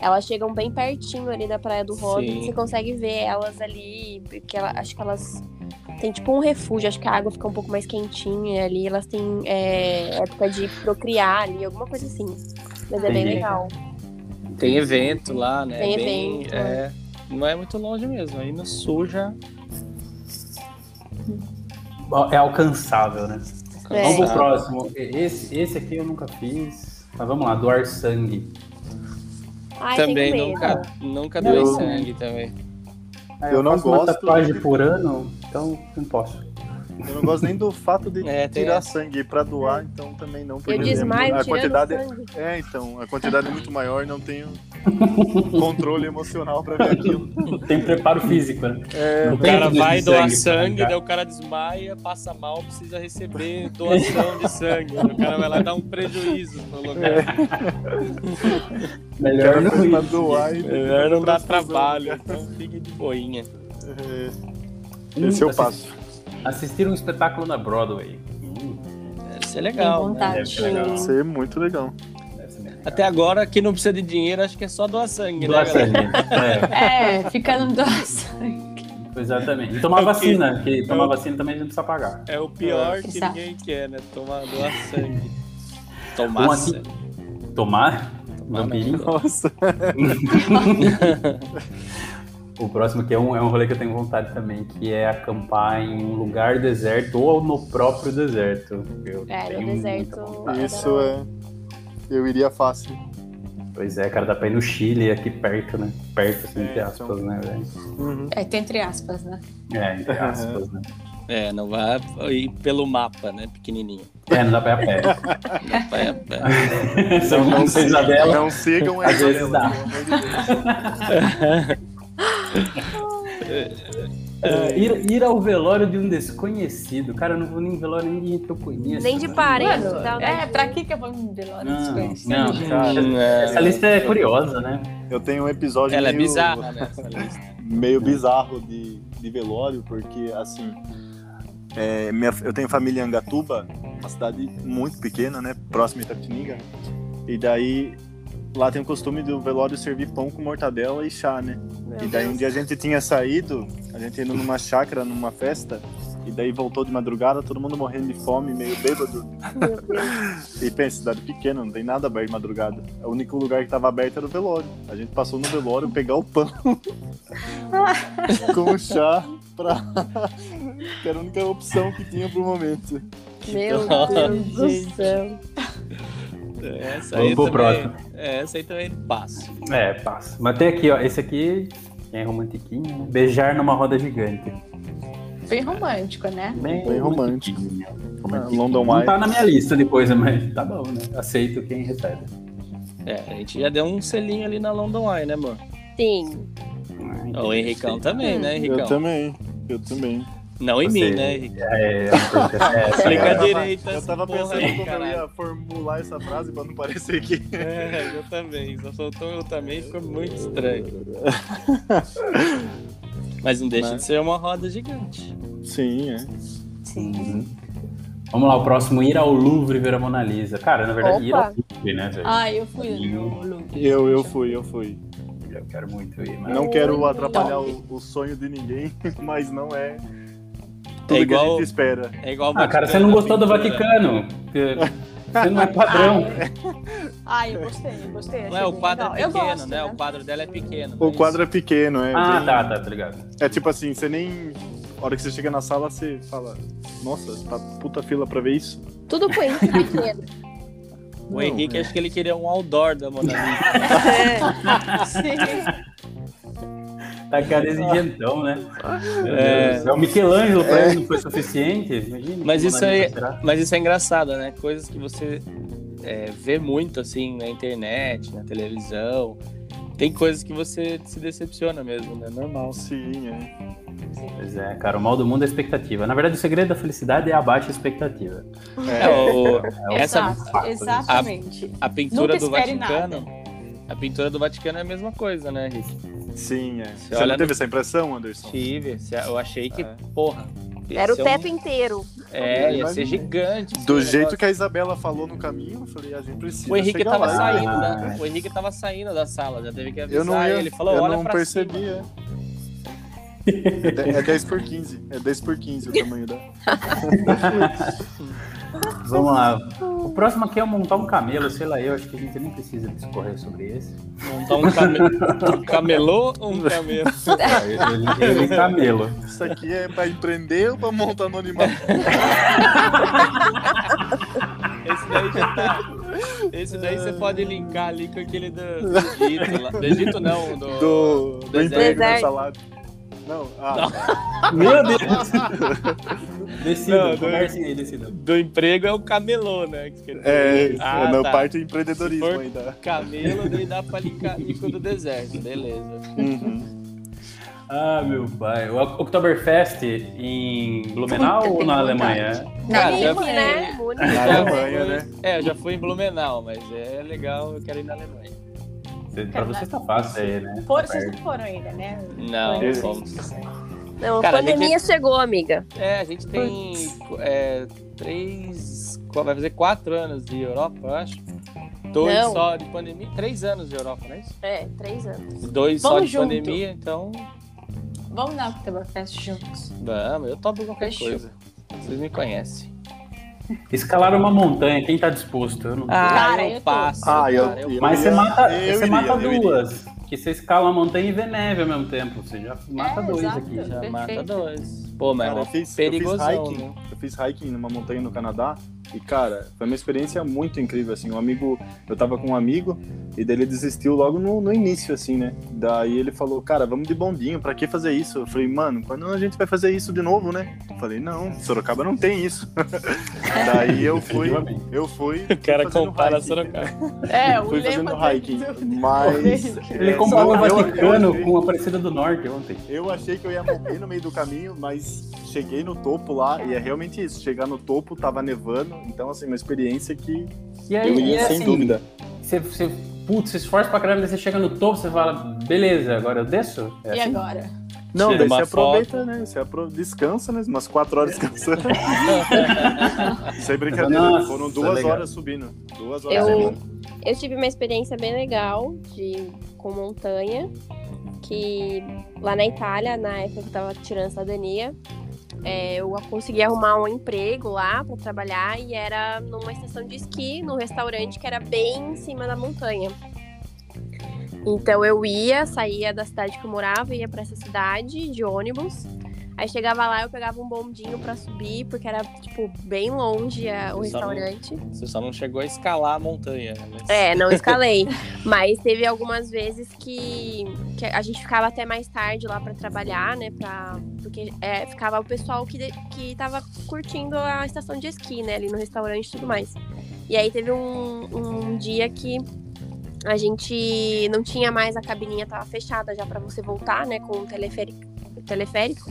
[SPEAKER 5] elas chegam bem pertinho ali da Praia do Rosa,
[SPEAKER 2] Sim.
[SPEAKER 5] você consegue ver elas ali, porque ela- acho que elas tem tipo um refúgio, acho que a água fica um pouco mais quentinha ali, elas têm é, época de procriar ali, alguma coisa assim. Mas é bem
[SPEAKER 1] Entendi.
[SPEAKER 5] legal.
[SPEAKER 2] Tem evento lá, né?
[SPEAKER 5] Tem
[SPEAKER 2] Bem-
[SPEAKER 5] evento,
[SPEAKER 2] é, não é muito longe mesmo. Aí no sul já.
[SPEAKER 1] É alcançável, né?
[SPEAKER 5] É.
[SPEAKER 1] Vamos pro
[SPEAKER 2] Ah,
[SPEAKER 1] próximo. Esse, esse aqui eu nunca fiz. Mas vamos lá, doar sangue.
[SPEAKER 5] Ai,
[SPEAKER 2] Também
[SPEAKER 5] tenho medo.
[SPEAKER 2] nunca, nunca
[SPEAKER 1] Não.
[SPEAKER 2] dei sangue também.
[SPEAKER 1] Ah,
[SPEAKER 3] Eu não
[SPEAKER 1] faço Uma
[SPEAKER 3] gosto.
[SPEAKER 1] tatuagem por ano, então não posso.
[SPEAKER 3] Eu não gosto nem do fato de
[SPEAKER 2] É, tem
[SPEAKER 3] tirar
[SPEAKER 2] essa.
[SPEAKER 3] sangue pra doar, então também não. porque
[SPEAKER 5] Eu desmaio
[SPEAKER 3] a
[SPEAKER 5] tirando
[SPEAKER 3] quantidade
[SPEAKER 5] sangue.
[SPEAKER 3] é, então, a quantidade é muito maior, não tenho controle emocional pra ver aquilo.
[SPEAKER 1] Tem preparo físico, né?
[SPEAKER 3] É,
[SPEAKER 1] Não
[SPEAKER 2] O
[SPEAKER 1] tem
[SPEAKER 2] cara
[SPEAKER 1] tudo
[SPEAKER 2] vai
[SPEAKER 1] de
[SPEAKER 2] doar
[SPEAKER 1] pra
[SPEAKER 2] sangue,
[SPEAKER 1] arrancar.
[SPEAKER 2] daí o cara desmaia, passa mal, precisa receber doação de sangue. O cara vai lá dar um prejuízo no lugar.
[SPEAKER 1] Melhor
[SPEAKER 3] quero
[SPEAKER 1] não É.
[SPEAKER 3] pra
[SPEAKER 1] ir.
[SPEAKER 3] doar e
[SPEAKER 2] Melhor É, não dá
[SPEAKER 3] transfusão.
[SPEAKER 2] trabalho, então fique de boinha.
[SPEAKER 3] É,
[SPEAKER 1] Hum,
[SPEAKER 3] Esse eu
[SPEAKER 1] assis-
[SPEAKER 3] passo.
[SPEAKER 1] Assistir um espetáculo na Broadway. Hum,
[SPEAKER 2] Deve ser
[SPEAKER 4] Tem
[SPEAKER 2] legal.
[SPEAKER 5] Tá.
[SPEAKER 2] né?
[SPEAKER 4] vontade.
[SPEAKER 1] Deve ser legal.
[SPEAKER 3] Isso é muito legal.
[SPEAKER 1] deve ser bem legal.
[SPEAKER 2] Até agora, quem não precisa de dinheiro, acho que é só doar sangue,
[SPEAKER 1] Doar
[SPEAKER 2] né, galera?
[SPEAKER 1] sangue. É,
[SPEAKER 4] É, fica no doação.
[SPEAKER 1] exatamente. E tomar
[SPEAKER 2] Ok.
[SPEAKER 1] vacina, que tomar
[SPEAKER 2] Eu-
[SPEAKER 1] vacina também a gente não precisa pagar.
[SPEAKER 2] É o pior
[SPEAKER 4] É.
[SPEAKER 2] que
[SPEAKER 4] Exato.
[SPEAKER 2] ninguém quer, né? Tomar, doar sangue. Tomar
[SPEAKER 1] Um aqui-
[SPEAKER 2] sangue.
[SPEAKER 1] Tomar
[SPEAKER 2] Tomar
[SPEAKER 1] vampirinho.
[SPEAKER 3] Nossa.
[SPEAKER 1] O próximo que é um, é um rolê que eu tenho vontade também, que é acampar em um lugar deserto ou no próprio deserto. Eu
[SPEAKER 5] É, no
[SPEAKER 3] um
[SPEAKER 1] tenho muita
[SPEAKER 5] deserto.
[SPEAKER 1] vontade.
[SPEAKER 3] Isso é. Eu iria fácil.
[SPEAKER 1] Pois é, cara, dá pra ir no Chile aqui perto, né? Perto, assim,
[SPEAKER 3] É,
[SPEAKER 1] entre aspas, né, velho?
[SPEAKER 4] É, tem entre aspas, né?
[SPEAKER 1] É, entre aspas, né?
[SPEAKER 2] É, não vai ir pelo mapa, né? Pequenininho.
[SPEAKER 1] É, não dá pra ir a pé.
[SPEAKER 2] Vai a pé.
[SPEAKER 1] São João
[SPEAKER 3] sigam-
[SPEAKER 1] Pesadelo.
[SPEAKER 3] não sigam
[SPEAKER 1] Às vezes
[SPEAKER 3] ela,
[SPEAKER 1] dá.
[SPEAKER 3] pelo amor de Deus.
[SPEAKER 1] É, ir, ir ao velório de um desconhecido. Cara, eu não vou nem em velório nem de gente que eu conheço.
[SPEAKER 5] Nem de
[SPEAKER 1] né?
[SPEAKER 5] parente,
[SPEAKER 4] Mano,
[SPEAKER 5] tá?
[SPEAKER 4] é, pra que que eu vou me velório
[SPEAKER 1] Não,
[SPEAKER 4] desconhecido?
[SPEAKER 1] não,
[SPEAKER 4] gente?
[SPEAKER 1] cara. Essa lista é curiosa, né?
[SPEAKER 3] Eu tenho um episódio
[SPEAKER 2] Ela é
[SPEAKER 3] meio,
[SPEAKER 2] bizarra, né? Essa lista.
[SPEAKER 3] meio bizarro de, de velório, porque assim. é, minha- eu tenho família em Angatuba, uma cidade muito pequena, né? Próxima a Itapetininga. E daí lá tem o costume do velório servir pão com mortadela e chá, né? E daí um dia a gente tinha saído, a gente indo numa chácara, numa festa, e daí voltou de madrugada, todo mundo morrendo de fome, meio bêbado. E pensa, cidade pequena, não tem nada aberto de madrugada. O único lugar que tava aberto era o velório. A gente passou no velório pegar o pão com o chá pra. que era a única opção que tinha pro momento.
[SPEAKER 5] Meu Deus do céu.
[SPEAKER 2] É, Essa
[SPEAKER 1] Vamos
[SPEAKER 2] aí
[SPEAKER 1] pro
[SPEAKER 2] também- é, Essa aí também é fácil.
[SPEAKER 1] É, passa. Mas tem aqui, ó. Esse aqui é romantiquinho, né? Beijar numa roda gigante.
[SPEAKER 4] Bem romântico, né?
[SPEAKER 1] Bem,
[SPEAKER 3] romântico. Ah,
[SPEAKER 1] romantiquinho.
[SPEAKER 2] é
[SPEAKER 3] London
[SPEAKER 1] Não
[SPEAKER 3] Eye.
[SPEAKER 1] tá na minha lista depois, mas tá bom, né? Aceito quem recebe.
[SPEAKER 2] É, a gente já deu um selinho ali na London Eye, né, amor?
[SPEAKER 5] Sim.
[SPEAKER 1] Ah,
[SPEAKER 2] O Henricão também, né,
[SPEAKER 3] Eu
[SPEAKER 2] Henricão?
[SPEAKER 3] também, eu também.
[SPEAKER 2] Não em
[SPEAKER 1] Você-
[SPEAKER 2] mim, né, Henricão?
[SPEAKER 1] É, é, é, essa,
[SPEAKER 2] Explica
[SPEAKER 1] cara.
[SPEAKER 2] direito
[SPEAKER 3] Eu
[SPEAKER 2] essa
[SPEAKER 3] tava
[SPEAKER 2] porra
[SPEAKER 3] pensando
[SPEAKER 2] aí,
[SPEAKER 3] como eu
[SPEAKER 2] caralho.
[SPEAKER 3] ia formular essa frase pra não parecer que.
[SPEAKER 2] É, eu também. Só soltou eu também, ficou muito estranho. Mas não deixa
[SPEAKER 3] Mas-
[SPEAKER 2] de ser uma roda gigante.
[SPEAKER 3] Sim, é.
[SPEAKER 4] Sim.
[SPEAKER 1] Uhum. Vamos lá, o próximo ir ao Louvre ver a Mona Lisa. Cara, na verdade, ir ao
[SPEAKER 5] Opa.
[SPEAKER 1] Louvre, né, velho?
[SPEAKER 4] Ah, eu fui no Luke.
[SPEAKER 3] Eu, eu fui, eu fui.
[SPEAKER 1] Eu quero muito ir, mas.
[SPEAKER 3] Não
[SPEAKER 2] Então.
[SPEAKER 3] quero atrapalhar o, o sonho de ninguém, mas não é tudo
[SPEAKER 2] É igual-
[SPEAKER 3] que a gente espera.
[SPEAKER 2] É igual o
[SPEAKER 1] Ah, cara,
[SPEAKER 2] Vaticano
[SPEAKER 1] você não
[SPEAKER 2] na
[SPEAKER 1] gostou do
[SPEAKER 2] pintura.
[SPEAKER 1] Vaticano. porque Você não é padrão.
[SPEAKER 4] Ah, eu gostei, eu gostei.
[SPEAKER 2] Não
[SPEAKER 4] achei
[SPEAKER 2] é, o
[SPEAKER 4] bem
[SPEAKER 2] quadro
[SPEAKER 4] legal.
[SPEAKER 2] é
[SPEAKER 4] Eu
[SPEAKER 2] pequeno,
[SPEAKER 4] gosto,
[SPEAKER 2] né? O quadro dela é pequeno.
[SPEAKER 3] O
[SPEAKER 2] mas-
[SPEAKER 3] quadro é pequeno, é.
[SPEAKER 1] Ah,
[SPEAKER 3] Tem-
[SPEAKER 1] tá, tá, tá ligado.
[SPEAKER 3] É tipo assim, você nem. A hora que você chega na sala, você fala, nossa, tá puta fila pra ver isso.
[SPEAKER 5] Tudo com Henrique Pequeno.
[SPEAKER 1] é
[SPEAKER 2] O Henrique, acho que ele queria um outdoor da Mona Lisa.
[SPEAKER 4] Sim.
[SPEAKER 1] Tá cara exigentão, né? Meu
[SPEAKER 2] É.
[SPEAKER 1] Deus. É o Michelangelo pra ele não foi suficiente. Imagina.
[SPEAKER 2] Mas
[SPEAKER 1] Mona
[SPEAKER 2] isso aí-
[SPEAKER 1] Lisa, será?
[SPEAKER 2] Mas isso é engraçado, né? Coisas que você é, vê muito, assim, na internet, na televisão. Tem coisas que você se decepciona mesmo, né? Normal.
[SPEAKER 3] Sim, é.
[SPEAKER 1] Pois é, cara, o mal do mundo é a expectativa. Na verdade, o segredo da felicidade é a baixa expectativa.
[SPEAKER 2] É, o- essa,
[SPEAKER 4] Exato, exatamente.
[SPEAKER 2] a pintura
[SPEAKER 4] Nunca
[SPEAKER 2] do
[SPEAKER 4] espere
[SPEAKER 2] Vaticano... A pintura do Vaticano é a mesma coisa, né, Henrique?
[SPEAKER 3] Sim, é.
[SPEAKER 2] Você
[SPEAKER 3] Você
[SPEAKER 2] olha
[SPEAKER 3] não
[SPEAKER 2] no-
[SPEAKER 3] teve essa impressão, Anderson?
[SPEAKER 2] Tive. se- Eu achei que,
[SPEAKER 3] É.
[SPEAKER 2] porra... ia
[SPEAKER 5] Era o
[SPEAKER 2] ser um-
[SPEAKER 5] teto inteiro.
[SPEAKER 2] É, ia
[SPEAKER 3] Imagina.
[SPEAKER 2] ser gigante. esse
[SPEAKER 3] Do
[SPEAKER 2] negócio.
[SPEAKER 3] jeito que a Isabela falou no caminho, eu falei, a gente precisa.
[SPEAKER 2] O Henrique
[SPEAKER 3] chegar
[SPEAKER 2] tava
[SPEAKER 3] lá.
[SPEAKER 2] saindo,
[SPEAKER 1] Ah,
[SPEAKER 2] né? O Henrique tava saindo da sala, já teve que avisar.
[SPEAKER 3] Eu não ia,
[SPEAKER 2] ele falou,
[SPEAKER 3] eu
[SPEAKER 2] olha
[SPEAKER 3] não
[SPEAKER 2] pra
[SPEAKER 3] percebi,
[SPEAKER 2] cima.
[SPEAKER 3] é. É de- É 10 por 15. É 10 por 15 o tamanho da.
[SPEAKER 1] Vamos lá. O próximo aqui é eu montar um camelo, sei lá, eu acho que a gente nem precisa discorrer sobre esse.
[SPEAKER 2] Montar um, came... um camelô ou um camelo?
[SPEAKER 1] Ele, ele, ele camelo.
[SPEAKER 3] Isso aqui é pra empreender ou pra montar no animal?
[SPEAKER 2] Esse daí já tá. Esse daí você pode linkar ali com aquele do, do Egito lá. Do Egito não, do.
[SPEAKER 3] Do, do
[SPEAKER 2] Deserto.
[SPEAKER 3] emprego
[SPEAKER 5] Deserto.
[SPEAKER 3] na salada. Não, ah,
[SPEAKER 1] Meu Deus! Decidam,
[SPEAKER 2] Não, é. não.
[SPEAKER 1] conversem aí, decidam.
[SPEAKER 2] do emprego é o camelô, né? Que quer dizer.
[SPEAKER 3] é,
[SPEAKER 2] Ah,
[SPEAKER 3] é na
[SPEAKER 2] tá.
[SPEAKER 3] parte do empreendedorismo
[SPEAKER 2] Se for-
[SPEAKER 3] ainda.
[SPEAKER 2] Camelo, daí dá pra linkar ali com o do deserto, beleza.
[SPEAKER 3] Uhum.
[SPEAKER 1] Ah, meu pai. O Oktoberfest em Blumenau ou na Alemanha? É,
[SPEAKER 2] Cara,
[SPEAKER 5] Munique,
[SPEAKER 2] já-
[SPEAKER 4] é
[SPEAKER 2] é.
[SPEAKER 5] né? Munique.
[SPEAKER 3] Na
[SPEAKER 2] Já
[SPEAKER 3] Alemanha,
[SPEAKER 2] fui-
[SPEAKER 3] né?
[SPEAKER 2] É, eu já fui em Blumenau, mas é legal, eu quero ir na Alemanha.
[SPEAKER 1] Cê- Pra você tá fácil aí, né?
[SPEAKER 4] Foram, vocês não foram ainda, né?
[SPEAKER 2] Não,
[SPEAKER 4] Foi,
[SPEAKER 2] vamos.
[SPEAKER 5] Não,
[SPEAKER 2] Cara,
[SPEAKER 5] a pandemia chegou, amiga.
[SPEAKER 2] É, a gente tem é, três. qu- Vai fazer quatro anos de Europa, eu acho. Dois
[SPEAKER 5] Não.
[SPEAKER 2] só de pandemia. Três anos de Europa, não é isso?
[SPEAKER 5] É, três anos.
[SPEAKER 2] Dois só
[SPEAKER 4] Vamos
[SPEAKER 2] de
[SPEAKER 4] junto.
[SPEAKER 2] pandemia, então.
[SPEAKER 4] Vamos na Oktoberfest juntos.
[SPEAKER 2] Vamos, eu topo qualquer
[SPEAKER 4] Fechou.
[SPEAKER 2] coisa. Vocês me conhecem.
[SPEAKER 1] Escalar uma montanha, quem tá disposto? Eu não tô.
[SPEAKER 4] Cara, eu
[SPEAKER 2] eu
[SPEAKER 4] tô.
[SPEAKER 2] passo.
[SPEAKER 3] Ah, eu-
[SPEAKER 2] cara, eu
[SPEAKER 3] eu-
[SPEAKER 1] Mas você
[SPEAKER 3] iria-
[SPEAKER 1] mata,
[SPEAKER 3] eu
[SPEAKER 1] você
[SPEAKER 3] iria,
[SPEAKER 1] mata
[SPEAKER 3] eu iria.
[SPEAKER 1] duas. Que você escala a montanha e vê neve ao mesmo tempo. Você já mata
[SPEAKER 4] É,
[SPEAKER 1] dois
[SPEAKER 4] exato.
[SPEAKER 1] aqui.
[SPEAKER 2] já mata
[SPEAKER 4] Perfeito.
[SPEAKER 2] dois. Pô, mas
[SPEAKER 3] Cara,
[SPEAKER 2] é
[SPEAKER 3] eu
[SPEAKER 2] mó
[SPEAKER 3] fiz, eu fiz
[SPEAKER 2] perigosão,
[SPEAKER 3] hiking,
[SPEAKER 2] né?
[SPEAKER 3] eu fiz hiking numa montanha no Canadá e, cara, foi uma experiência muito incrível, assim, um amigo, eu tava com um amigo e daí ele desistiu logo no, no início, assim, né, daí ele falou, cara, vamos de bondinho, pra que fazer isso? Eu falei, mano, quando a gente vai fazer isso de novo, né? Eu falei, não, Sorocaba não tem isso. daí eu fui,
[SPEAKER 1] Definitivamente.
[SPEAKER 3] eu fui.
[SPEAKER 2] O cara
[SPEAKER 3] fazendo
[SPEAKER 2] compara a
[SPEAKER 3] hiking.
[SPEAKER 2] Sorocaba.
[SPEAKER 4] É, o
[SPEAKER 3] Fui
[SPEAKER 4] lema é
[SPEAKER 3] fazendo
[SPEAKER 4] do-
[SPEAKER 3] hiking,
[SPEAKER 4] do-
[SPEAKER 3] mas...
[SPEAKER 1] Ele
[SPEAKER 3] é,
[SPEAKER 1] comprou o
[SPEAKER 3] só- eu- eu
[SPEAKER 1] Vaticano
[SPEAKER 3] achei-
[SPEAKER 1] com a Aparecida do Norte ontem.
[SPEAKER 3] Eu achei que eu ia morrer no meio do caminho, mas cheguei no topo lá e é realmente isso. Chegar no topo, tava nevando, então assim, uma experiência que
[SPEAKER 1] E aí,
[SPEAKER 3] eu
[SPEAKER 1] e
[SPEAKER 3] iria sem
[SPEAKER 1] assim,
[SPEAKER 3] dúvida.
[SPEAKER 1] Você, você, putz, você esforça pra caramba, daí você chega no topo, você fala, beleza, agora eu desço? É
[SPEAKER 4] E
[SPEAKER 1] assim?
[SPEAKER 4] agora?
[SPEAKER 3] Não,
[SPEAKER 2] Tira
[SPEAKER 3] daí
[SPEAKER 2] uma
[SPEAKER 3] você aproveita,
[SPEAKER 2] foto.
[SPEAKER 3] né? Você apro- descansa, né? Umas quatro horas descansando. Sem brincadeira,
[SPEAKER 1] Nossa,
[SPEAKER 3] foram duas
[SPEAKER 1] legal.
[SPEAKER 3] horas subindo. Duas horas
[SPEAKER 5] Eu,
[SPEAKER 3] subindo.
[SPEAKER 5] eu tive uma experiência bem legal de, com montanha, que lá na Itália, na época que eu tava tirando cidadania, é, eu consegui arrumar um emprego lá pra trabalhar e era numa estação de esqui, num restaurante que era bem em cima da montanha. Então eu ia, saía da cidade que eu morava, ia pra essa cidade de ônibus. Aí chegava lá, eu pegava um bondinho pra subir, porque era, tipo, bem longe a- o
[SPEAKER 2] Só não-
[SPEAKER 5] restaurante.
[SPEAKER 2] Você só não chegou a escalar a montanha, né? Mas-
[SPEAKER 5] É, não escalei. Mas teve algumas vezes que, que a gente ficava até mais tarde lá pra trabalhar, né? Pra, porque é, ficava o pessoal que, de- que tava curtindo a estação de esqui, né? Ali no restaurante e tudo mais. E aí teve um, um dia que a gente não tinha mais a cabininha, tava fechada já pra você voltar, né? Com o teleférico. teleférico.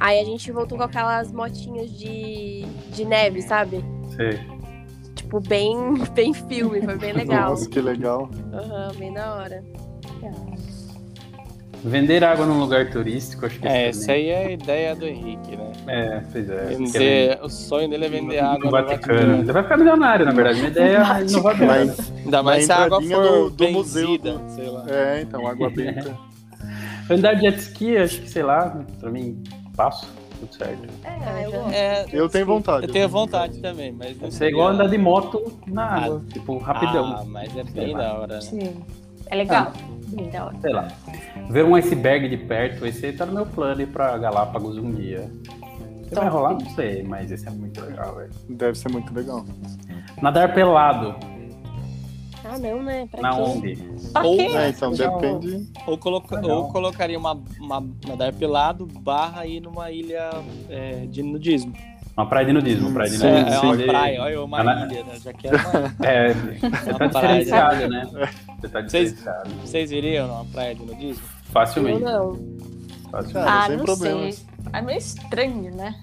[SPEAKER 5] Aí a gente voltou com aquelas motinhas de, de neve, sabe?
[SPEAKER 1] Sei.
[SPEAKER 5] Tipo, bem, bem filme, foi bem legal.
[SPEAKER 3] Nossa, que legal.
[SPEAKER 5] Aham, bem da hora.
[SPEAKER 1] Vender água num lugar turístico, acho que
[SPEAKER 2] É,
[SPEAKER 1] isso
[SPEAKER 2] essa aí é a ideia do Henrique, né?
[SPEAKER 1] É, pois é.
[SPEAKER 2] Vender, o sonho dele é vender água
[SPEAKER 1] no
[SPEAKER 2] no
[SPEAKER 1] Vaticano. Ele né? vai ficar milionário, na verdade. Minha ideia é inovadora. né?
[SPEAKER 2] Ainda mais se
[SPEAKER 3] Na
[SPEAKER 2] a água
[SPEAKER 3] entradinha
[SPEAKER 2] for
[SPEAKER 3] do- do museu
[SPEAKER 2] benzida, sei lá.
[SPEAKER 3] É, então, água benta.
[SPEAKER 1] Andar de jet ski, acho que, sei lá, pra mim, passo, tudo certo.
[SPEAKER 4] É, eu
[SPEAKER 5] Ah, já-
[SPEAKER 4] gosto.
[SPEAKER 2] É,
[SPEAKER 3] Eu tenho vontade.
[SPEAKER 2] eu tenho vontade também, mas não
[SPEAKER 1] Isso é
[SPEAKER 2] seria-
[SPEAKER 1] igual andar de moto na água, tipo, rapidão,
[SPEAKER 2] Ah, mas é
[SPEAKER 1] Sei
[SPEAKER 2] bem
[SPEAKER 1] lá.
[SPEAKER 2] da hora, né?
[SPEAKER 4] Sim. É legal. Bem da hora.
[SPEAKER 2] ah,
[SPEAKER 1] sei lá. Ver um iceberg de perto, esse tá no meu plano ir pra Galápagos um dia. Se vai
[SPEAKER 4] Top.
[SPEAKER 1] rolar, não sei, mas esse é muito legal, velho.
[SPEAKER 3] Deve ser muito legal.
[SPEAKER 1] Nadar pelado,
[SPEAKER 5] Ah, não, né?
[SPEAKER 2] É
[SPEAKER 5] Pra
[SPEAKER 1] na
[SPEAKER 5] quê?
[SPEAKER 1] onde?
[SPEAKER 4] Pra
[SPEAKER 2] Ou-
[SPEAKER 4] quê?
[SPEAKER 3] É, então,
[SPEAKER 4] Já-
[SPEAKER 3] depende.
[SPEAKER 2] Ou, coloca-
[SPEAKER 1] Não.
[SPEAKER 2] ou colocaria uma, uma, nadar pelado, barra aí numa ilha é, de nudismo.
[SPEAKER 1] Uma praia de nudismo, uma praia de
[SPEAKER 2] É,
[SPEAKER 3] Sim,
[SPEAKER 1] nudismo.
[SPEAKER 2] é uma
[SPEAKER 1] Pode-
[SPEAKER 2] praia, olha, uma
[SPEAKER 1] Ela-
[SPEAKER 2] ilha, né? Já que é uma...
[SPEAKER 1] É, você tá
[SPEAKER 2] Uma praia.
[SPEAKER 1] diferenciado, né? Você tá
[SPEAKER 2] Vocês-
[SPEAKER 1] diferenciado.
[SPEAKER 2] Vocês iriam numa praia de nudismo?
[SPEAKER 5] Eu
[SPEAKER 1] Facilmente,
[SPEAKER 5] não.
[SPEAKER 1] facilmente.
[SPEAKER 3] Cara,
[SPEAKER 4] Ah,
[SPEAKER 3] sem
[SPEAKER 4] não
[SPEAKER 3] problemas.
[SPEAKER 4] sei. É meio estranho, né?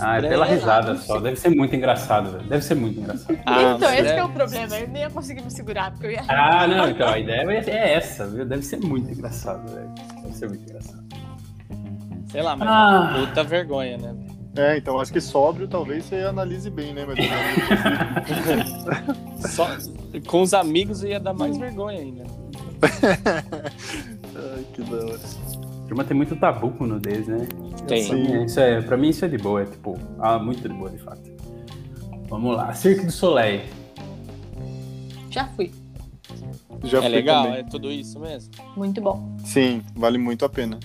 [SPEAKER 1] Ah, é pela
[SPEAKER 2] Estranho.
[SPEAKER 1] risada só. Deve ser muito engraçado, velho. Deve ser muito engraçado.
[SPEAKER 2] Ah,
[SPEAKER 4] então,
[SPEAKER 2] mas
[SPEAKER 4] esse que é o problema. Eu nem ia conseguir me segurar, porque eu ia.
[SPEAKER 1] Ah, não, então a ideia é- é essa, viu? Deve ser muito engraçado, velho. Deve ser muito engraçado.
[SPEAKER 2] Sei lá, mas
[SPEAKER 1] Ah.
[SPEAKER 2] puta vergonha, né?
[SPEAKER 3] É, então, acho que sóbrio talvez você analise bem, né? Mas
[SPEAKER 2] Só- com os amigos ia dar mais vergonha ainda.
[SPEAKER 3] Ai, que da hora.
[SPEAKER 1] A turma tem muito tabu com nudez, né?
[SPEAKER 2] Tem.
[SPEAKER 1] Pra mim, isso é, pra mim isso é de boa, é tipo, ah, muito de boa, de fato. Vamos lá, Cirque du Soleil.
[SPEAKER 4] Já fui.
[SPEAKER 3] Já
[SPEAKER 2] é
[SPEAKER 3] fui
[SPEAKER 2] legal,
[SPEAKER 3] também.
[SPEAKER 2] é tudo isso mesmo.
[SPEAKER 4] Muito bom.
[SPEAKER 3] Sim, vale muito a pena.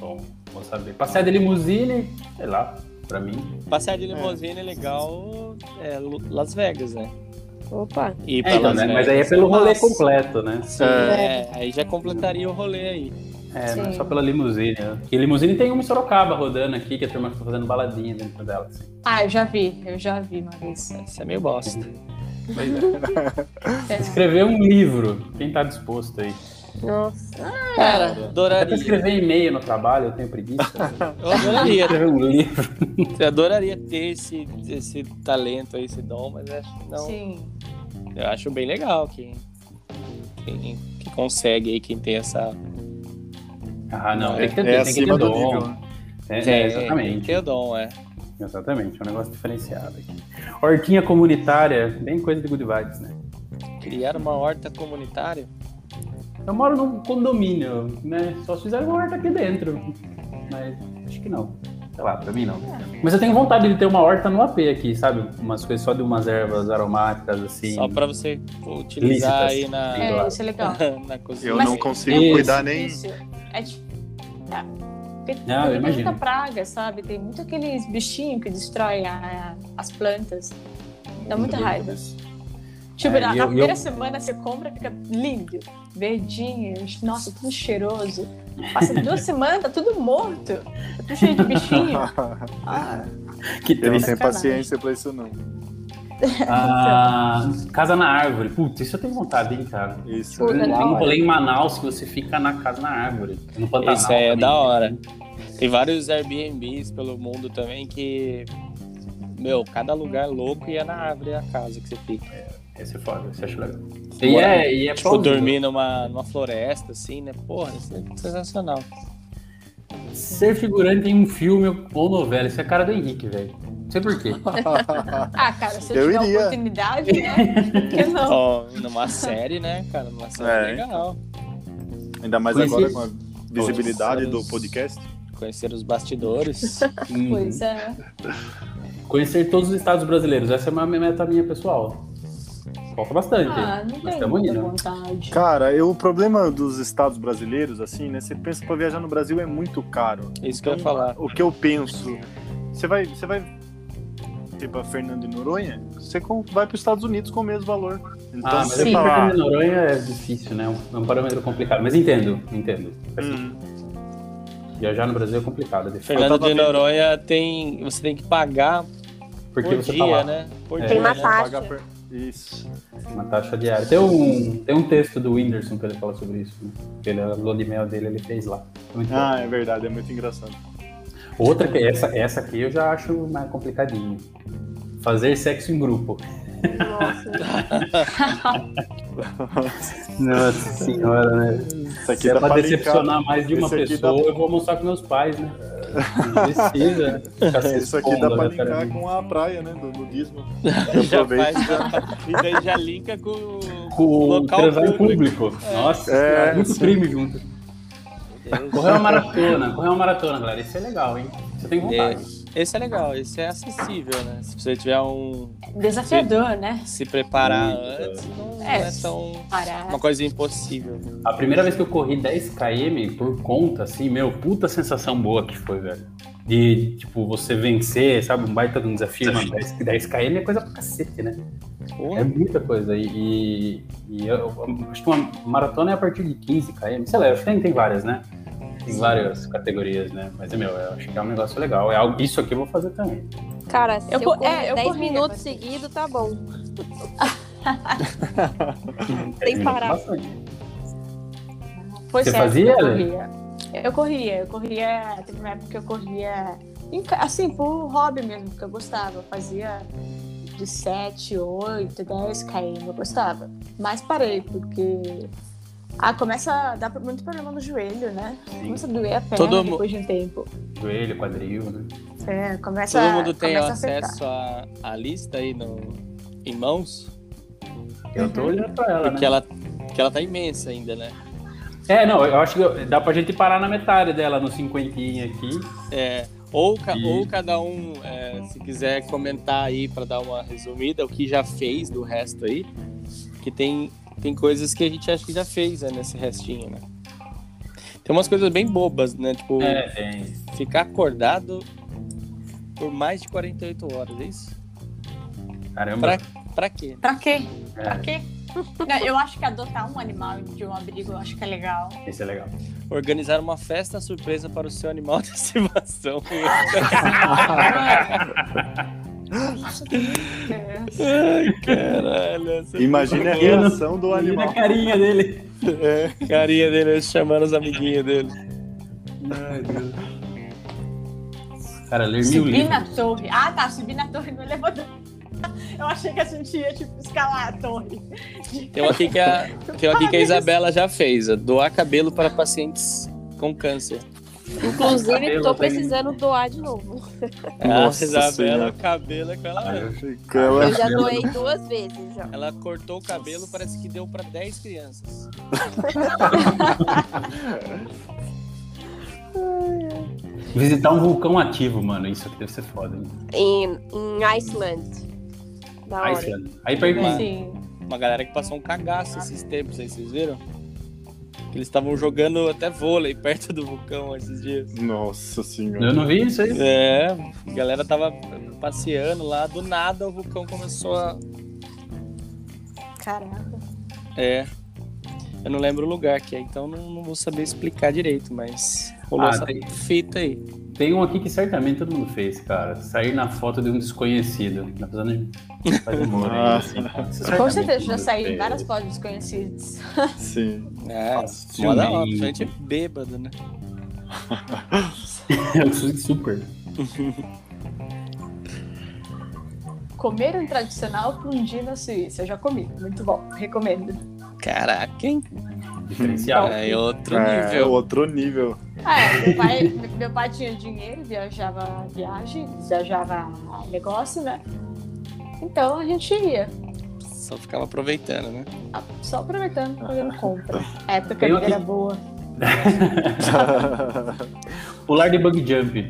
[SPEAKER 1] Bom, vou saber. Passear de limusine, sei lá, pra mim.
[SPEAKER 2] Passear de limusine é legal é Lu- Las Vegas, né?
[SPEAKER 5] Opa.
[SPEAKER 2] E
[SPEAKER 1] É, então, né? Mas aí é pelo rolê completo, né?
[SPEAKER 2] É, aí já completaria o rolê aí.
[SPEAKER 1] É, não é
[SPEAKER 4] Sim.
[SPEAKER 1] só pela limusine. né? E limusine tem uma em Sorocaba rodando aqui, que a turma fica fazendo baladinha dentro dela. Assim.
[SPEAKER 4] Ah, eu já vi. Eu já vi uma vez.
[SPEAKER 2] Isso é meio bosta.
[SPEAKER 1] Pois é.
[SPEAKER 4] É.
[SPEAKER 1] Escrever um livro, quem tá disposto aí?
[SPEAKER 5] Nossa.
[SPEAKER 2] Cara,
[SPEAKER 1] Até
[SPEAKER 2] adoraria.
[SPEAKER 1] escrever e-mail no trabalho, eu tenho preguiça.
[SPEAKER 2] Eu adoraria,
[SPEAKER 1] escrever um livro.
[SPEAKER 2] eu adoraria ter esse, esse talento aí, esse dom, mas acho que não.
[SPEAKER 4] Sim.
[SPEAKER 2] Eu acho bem legal quem, quem, quem consegue aí, quem tem essa.
[SPEAKER 1] Ah, não,
[SPEAKER 2] É,
[SPEAKER 1] tem que ter,
[SPEAKER 3] É,
[SPEAKER 1] tem que ter
[SPEAKER 3] acima do
[SPEAKER 1] dom.
[SPEAKER 3] nível. né?
[SPEAKER 1] É,
[SPEAKER 2] tem-
[SPEAKER 1] é, exatamente.
[SPEAKER 2] Tem o dom, é.
[SPEAKER 1] Exatamente, é um negócio diferenciado aqui. Hortinha comunitária, bem coisa de good vibes, né?
[SPEAKER 2] Criar uma horta comunitária.
[SPEAKER 1] Eu moro num condomínio, né? Só se fizeram uma horta aqui dentro. Mas acho que não. Sei lá, pra mim não. Mas eu tenho vontade de ter uma horta no AP aqui, sabe? Umas coisas só de umas ervas aromáticas, assim.
[SPEAKER 2] Só pra você utilizar
[SPEAKER 1] Lícitas.
[SPEAKER 2] aí na,
[SPEAKER 1] Claro.
[SPEAKER 5] então.
[SPEAKER 4] É, isso é legal.
[SPEAKER 2] na cozinha.
[SPEAKER 3] Eu não consigo
[SPEAKER 1] Isso.
[SPEAKER 3] cuidar nem.
[SPEAKER 4] Isso. É difícil. Tá. Porque tem
[SPEAKER 1] Não, eu imagino.
[SPEAKER 4] muita praga, sabe? Tem muito aqueles bichinhos que destroem a- as plantas. Dá muita raiva. Tipo,
[SPEAKER 1] É,
[SPEAKER 4] na,
[SPEAKER 1] e
[SPEAKER 4] na
[SPEAKER 1] eu-
[SPEAKER 4] primeira semana você compra, fica lindo, verdinho, nossa, tudo cheiroso. Passa duas semanas, tá tudo morto, tá tudo cheio de bichinho. Ah,
[SPEAKER 1] Que triste.
[SPEAKER 3] Eu não tenho
[SPEAKER 4] Sacanagem.
[SPEAKER 3] paciência pra isso, não.
[SPEAKER 1] Ah, casa na árvore. Putz, isso eu tenho vontade, hein, cara.
[SPEAKER 3] Isso.
[SPEAKER 5] Pô,
[SPEAKER 1] Tem
[SPEAKER 4] é
[SPEAKER 5] legal,
[SPEAKER 1] um rolê em Manaus que você fica na casa na árvore. No Pantanal.
[SPEAKER 2] Isso aí é
[SPEAKER 1] também.
[SPEAKER 2] da hora. Tem vários Airbnbs pelo mundo também que. Meu, cada lugar é louco e é na árvore a casa que você fica.
[SPEAKER 1] Esse é foda, esse eu acho legal. E é, e é
[SPEAKER 2] Tipo,
[SPEAKER 1] plausível.
[SPEAKER 2] dormir numa, numa floresta, assim, né? Porra, isso é sensacional.
[SPEAKER 1] Ser figurante em um filme ou novela, isso é a cara do Henrique, velho. Não sei por quê.
[SPEAKER 4] Ah, cara, se eu,
[SPEAKER 3] Eu
[SPEAKER 4] tiver
[SPEAKER 3] iria.
[SPEAKER 4] oportunidade, né? Por que não?
[SPEAKER 2] Ó, numa série, né, cara? Numa série
[SPEAKER 3] É.
[SPEAKER 2] legal.
[SPEAKER 3] Ainda mais
[SPEAKER 1] Conheci-
[SPEAKER 3] agora com a visibilidade
[SPEAKER 2] Todos
[SPEAKER 3] do
[SPEAKER 2] os-
[SPEAKER 3] podcast.
[SPEAKER 2] Conhecer os bastidores.
[SPEAKER 1] Uhum.
[SPEAKER 4] Pois é.
[SPEAKER 1] Conhecer todos os estados brasileiros, essa é uma meta minha pessoal. Falta bastante.
[SPEAKER 4] Ah, não
[SPEAKER 1] Mas
[SPEAKER 2] tá
[SPEAKER 4] tem
[SPEAKER 1] tamo
[SPEAKER 4] muita
[SPEAKER 1] indo.
[SPEAKER 2] né?
[SPEAKER 4] vontade.
[SPEAKER 3] Cara, eu, o problema dos estados brasileiros, assim, né? Você pensa pra viajar no Brasil é muito caro.
[SPEAKER 2] Isso que eu ia falar.
[SPEAKER 3] O que eu penso. Você vai. Você vai. Tipo, a Fernando de Noronha, você com- vai para os Estados Unidos com o mesmo valor. Então
[SPEAKER 1] ah, mas
[SPEAKER 3] você
[SPEAKER 1] sim.
[SPEAKER 3] fala. "Ah,
[SPEAKER 1] Noronha é difícil, né? É um- É um parâmetro complicado. Mas entendo, entendo.
[SPEAKER 3] hum,
[SPEAKER 1] Viajar no Brasil é complicado, é difícil.
[SPEAKER 3] Eu
[SPEAKER 2] Fernando
[SPEAKER 3] tava
[SPEAKER 2] de
[SPEAKER 3] vendo-
[SPEAKER 2] Noronha tem. Você tem que pagar
[SPEAKER 1] Porque
[SPEAKER 2] por
[SPEAKER 1] você
[SPEAKER 2] dia,
[SPEAKER 1] tá lá,
[SPEAKER 2] né? Por
[SPEAKER 1] É.
[SPEAKER 2] dia.
[SPEAKER 5] Tem uma
[SPEAKER 2] né?
[SPEAKER 5] taxa.
[SPEAKER 3] paga per- Isso.
[SPEAKER 1] uma taxa diária. Tem um, tem um texto do Whindersson que ele fala sobre isso. Né? Pela lua de mel dele, ele fez lá. Muito bom.
[SPEAKER 3] Ah, é verdade, é muito engraçado.
[SPEAKER 1] Outra que essa, essa aqui eu já acho mais complicadinho. Fazer sexo em grupo.
[SPEAKER 5] Nossa.
[SPEAKER 1] Nossa senhora, né?
[SPEAKER 3] Isso aqui tá
[SPEAKER 1] Se é
[SPEAKER 3] dá
[SPEAKER 1] pra
[SPEAKER 3] pra brincar.
[SPEAKER 1] decepcionar mais de uma
[SPEAKER 3] Esse aqui
[SPEAKER 1] pessoa,
[SPEAKER 3] dá-
[SPEAKER 1] eu vou almoçar com meus pais, né? Não precisa. ficar se
[SPEAKER 3] É, Isso aqui dá
[SPEAKER 1] expondo,
[SPEAKER 3] pra
[SPEAKER 1] né, cara?
[SPEAKER 3] linkar com a praia, né? Do nudismo.
[SPEAKER 2] Já faz,
[SPEAKER 3] Aproveita.
[SPEAKER 2] já- e daí já linka com,
[SPEAKER 1] Com o
[SPEAKER 2] local
[SPEAKER 1] transar em
[SPEAKER 2] público.
[SPEAKER 1] público. Nossa,
[SPEAKER 3] É,
[SPEAKER 1] cara, muito
[SPEAKER 3] sim.
[SPEAKER 1] crime junto.
[SPEAKER 2] Meu Deus.
[SPEAKER 1] Correr uma maratona, correr uma maratona, galera. Isso é legal, hein? Você tem vontade.
[SPEAKER 2] Esse é legal, esse é acessível, né? Se você tiver um.
[SPEAKER 4] Desafiador, né?
[SPEAKER 2] Se preparar
[SPEAKER 1] Muito.
[SPEAKER 2] antes, não
[SPEAKER 4] É.
[SPEAKER 2] é, tão.
[SPEAKER 4] Parar.
[SPEAKER 2] Uma coisa impossível. né?
[SPEAKER 1] A primeira vez que eu corri 10 km por conta, assim, meu, puta sensação boa que foi, velho. De, tipo, você vencer, sabe? Um baita de um desafio, mano. 10, 10 km é coisa pra cacete, né? É
[SPEAKER 2] Porra,
[SPEAKER 1] muita coisa. E, e- e eu, eu acho que uma maratona é a partir de 15 km. Sei lá, eu acho que tem, tem várias, né? Tem várias categorias, né? Mas é meu, eu acho que é um negócio legal. É algo, isso aqui eu vou fazer também.
[SPEAKER 5] Cara, se
[SPEAKER 4] Eu
[SPEAKER 5] eu,
[SPEAKER 4] co-
[SPEAKER 5] correr
[SPEAKER 4] é, eu
[SPEAKER 5] 10
[SPEAKER 4] corria
[SPEAKER 5] minutos
[SPEAKER 4] bastante.
[SPEAKER 5] seguidos, tá bom.
[SPEAKER 1] É muito
[SPEAKER 5] parar.
[SPEAKER 1] bastante.
[SPEAKER 4] Foi
[SPEAKER 1] Você
[SPEAKER 4] certo,
[SPEAKER 1] fazia,
[SPEAKER 2] né?
[SPEAKER 4] eu
[SPEAKER 1] Ellen?
[SPEAKER 4] corria. Eu corria, eu corria. Teve uma época que eu corria, em ca- assim, por hobby mesmo, porque eu gostava. Eu fazia de 7, 8, 10 km, eu gostava. Mas parei, porque. Ah, começa a dar muito problema no joelho, né?
[SPEAKER 1] Sim,
[SPEAKER 4] Começa a doer a perna
[SPEAKER 2] Todo mu-
[SPEAKER 4] depois de um tempo.
[SPEAKER 1] joelho, quadril, né?
[SPEAKER 4] É, começa,
[SPEAKER 2] todo mundo tem
[SPEAKER 4] começa a afetar.
[SPEAKER 2] acesso à à lista aí no, em mãos,
[SPEAKER 1] Eu tô olhando pra ela, né?
[SPEAKER 2] porque ela, porque ela tá imensa ainda, né?
[SPEAKER 1] É, não, eu acho que eu- dá pra gente parar na metade dela, no cinquentinho aqui.
[SPEAKER 2] É, ou, ca-
[SPEAKER 1] E-
[SPEAKER 2] ou cada um, é, se quiser comentar aí para dar uma resumida, o que já fez do resto aí, que tem, tem coisas que a gente acha que já fez né, nesse restinho, né? Tem umas coisas bem bobas, né? Tipo,
[SPEAKER 1] É, tem.
[SPEAKER 2] ficar acordado por mais de 48 horas, é isso?
[SPEAKER 1] Caramba.
[SPEAKER 2] Pra, pra quê?
[SPEAKER 4] Pra quê? Pra
[SPEAKER 1] É,
[SPEAKER 4] quê? Não, eu acho que adotar um animal de um abrigo, eu acho que é legal.
[SPEAKER 1] isso é legal.
[SPEAKER 2] Organizar uma festa surpresa para o seu animal de estimação. Ai, caralho. essa é
[SPEAKER 3] Imagina a
[SPEAKER 2] muito boa.
[SPEAKER 3] reação do
[SPEAKER 1] Olha
[SPEAKER 3] animal.
[SPEAKER 1] a carinha dele.
[SPEAKER 2] É, carinha dele chamando os amiguinhos dele.
[SPEAKER 1] Cara, ler mil
[SPEAKER 4] Subir
[SPEAKER 1] livros.
[SPEAKER 4] na torre. Ah, tá. Subir na torre no elevador. Eu achei que a gente ia, tipo, escalar a torre.
[SPEAKER 2] Tem uma aqui que a, tem uma aqui que a Isabela já fez: ó, doar cabelo para pacientes com câncer.
[SPEAKER 5] Inclusive,
[SPEAKER 1] Cabelo
[SPEAKER 5] tô
[SPEAKER 1] também.
[SPEAKER 5] precisando doar de novo.
[SPEAKER 3] Nossa
[SPEAKER 2] a Isabela,
[SPEAKER 3] Senhora.
[SPEAKER 2] o cabelo é que Ah, ela.
[SPEAKER 1] Aí eu-
[SPEAKER 5] Eu
[SPEAKER 3] Ela-
[SPEAKER 5] já
[SPEAKER 1] Cabelo.
[SPEAKER 5] doei duas vezes já.
[SPEAKER 2] Ela cortou o cabelo, parece que deu para 10 crianças.
[SPEAKER 1] Visitar um vulcão ativo, mano. Isso aqui deve ser foda, hein?
[SPEAKER 5] Em, em Iceland. Da hora.
[SPEAKER 1] Iceland. Aí pergunta.
[SPEAKER 2] Sim.
[SPEAKER 4] Sim.
[SPEAKER 2] Uma galera que passou um cagaço esses tempos aí, vocês viram? Eles estavam jogando até vôlei perto do vulcão esses dias.
[SPEAKER 3] Nossa senhora.
[SPEAKER 1] Eu não vi isso aí.
[SPEAKER 2] É, a galera tava passeando lá, do nada o vulcão começou a.
[SPEAKER 4] Caraca.
[SPEAKER 2] É. Eu não lembro o lugar que é, então não, não vou saber explicar direito, mas rolou
[SPEAKER 1] Ah,
[SPEAKER 2] essa
[SPEAKER 1] tem-
[SPEAKER 2] fita aí.
[SPEAKER 1] Tem um aqui que certamente todo mundo fez, cara. Sair na foto de um desconhecido. Tá precisando de fazer um humor aí, assim.
[SPEAKER 4] Com
[SPEAKER 1] Certamente
[SPEAKER 4] certeza já
[SPEAKER 1] todo
[SPEAKER 4] saí em
[SPEAKER 1] fez.
[SPEAKER 4] várias fotos desconhecidas.
[SPEAKER 2] Né?
[SPEAKER 3] Sim.
[SPEAKER 2] É,
[SPEAKER 1] Facilmente.
[SPEAKER 2] mó da hora, gente bêbado, né?
[SPEAKER 1] Eu sou É um Super.
[SPEAKER 4] Comer um tradicional fundi na Suíça. Eu já comi. Muito bom. Recomendo.
[SPEAKER 2] Caraca, hein?
[SPEAKER 1] Diferencial.
[SPEAKER 2] É outro
[SPEAKER 1] Ah,
[SPEAKER 3] É,
[SPEAKER 2] nível.
[SPEAKER 3] outro nível.
[SPEAKER 4] É, meu pai, meu pai tinha dinheiro, viajava viagem, viajava negócio, né? Então a gente ia,
[SPEAKER 2] Só ficava aproveitando, né?
[SPEAKER 4] a- só aproveitando, fazendo compra. A época
[SPEAKER 1] Tem um
[SPEAKER 4] era
[SPEAKER 1] que-
[SPEAKER 4] boa.
[SPEAKER 1] Pular de bug jump.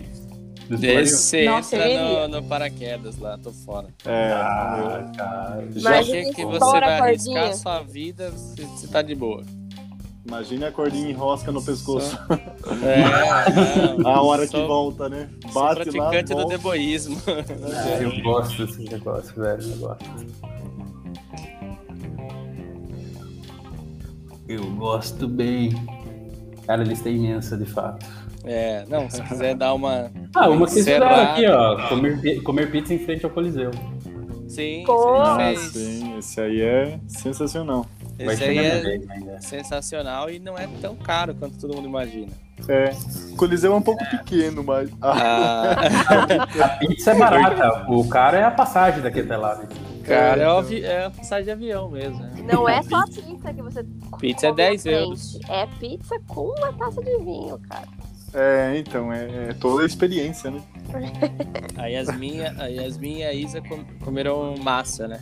[SPEAKER 1] Dos
[SPEAKER 2] Você
[SPEAKER 4] Nossa, eu
[SPEAKER 2] entra
[SPEAKER 4] iria.
[SPEAKER 2] no, no paraquedas lá, tô fora.
[SPEAKER 3] é, eu-
[SPEAKER 1] Ah, cara.
[SPEAKER 3] já-
[SPEAKER 5] Mas-
[SPEAKER 2] Achei que você
[SPEAKER 5] estoura
[SPEAKER 2] vai
[SPEAKER 5] a
[SPEAKER 2] arriscar
[SPEAKER 5] cordinha.
[SPEAKER 2] sua vida, você você tá de boa.
[SPEAKER 3] Imagina a cordinha em rosca no pescoço.
[SPEAKER 2] Só- É, não,
[SPEAKER 3] A hora que
[SPEAKER 2] sou- um
[SPEAKER 3] volta, né?
[SPEAKER 2] Sou
[SPEAKER 3] Bate lá,
[SPEAKER 2] praticante do
[SPEAKER 3] volta.
[SPEAKER 2] deboísmo.
[SPEAKER 1] Ah, eu gosto desse negócio, velho. Eu gosto. Eu gosto bem. Cara, lista é imensa, de fato.
[SPEAKER 2] É, não, se quiser dar uma.
[SPEAKER 1] Ah, uma que vocês
[SPEAKER 2] Será?
[SPEAKER 1] fizeram aqui, ó. Comer, pi- comer pizza em frente ao Coliseu.
[SPEAKER 2] Sim,
[SPEAKER 4] Pô.
[SPEAKER 2] sim,
[SPEAKER 3] Ah,
[SPEAKER 2] fez.
[SPEAKER 3] sim. Esse aí é sensacional.
[SPEAKER 1] Vai
[SPEAKER 2] Esse aí
[SPEAKER 1] chegar minha
[SPEAKER 2] é
[SPEAKER 1] vez ainda.
[SPEAKER 2] sensacional e não é tão caro quanto todo mundo imagina.
[SPEAKER 3] É. O Coliseu é um pouco pequeno, mas. Ah,
[SPEAKER 2] Ah,
[SPEAKER 1] Pizza é barata. O cara é a passagem daqui até lá. né?
[SPEAKER 2] cara,
[SPEAKER 3] então.
[SPEAKER 2] é, o avi- é a passagem de avião mesmo. né?
[SPEAKER 5] Não é só a pizza que você
[SPEAKER 2] Pizza é
[SPEAKER 5] come na
[SPEAKER 2] 10
[SPEAKER 5] frente.
[SPEAKER 2] euros.
[SPEAKER 5] É pizza com uma taça de vinho, cara.
[SPEAKER 3] é, então, é, é toda a experiência, né?
[SPEAKER 2] A Yasmin, a Yasmin e a Isa com- comeram massa, né?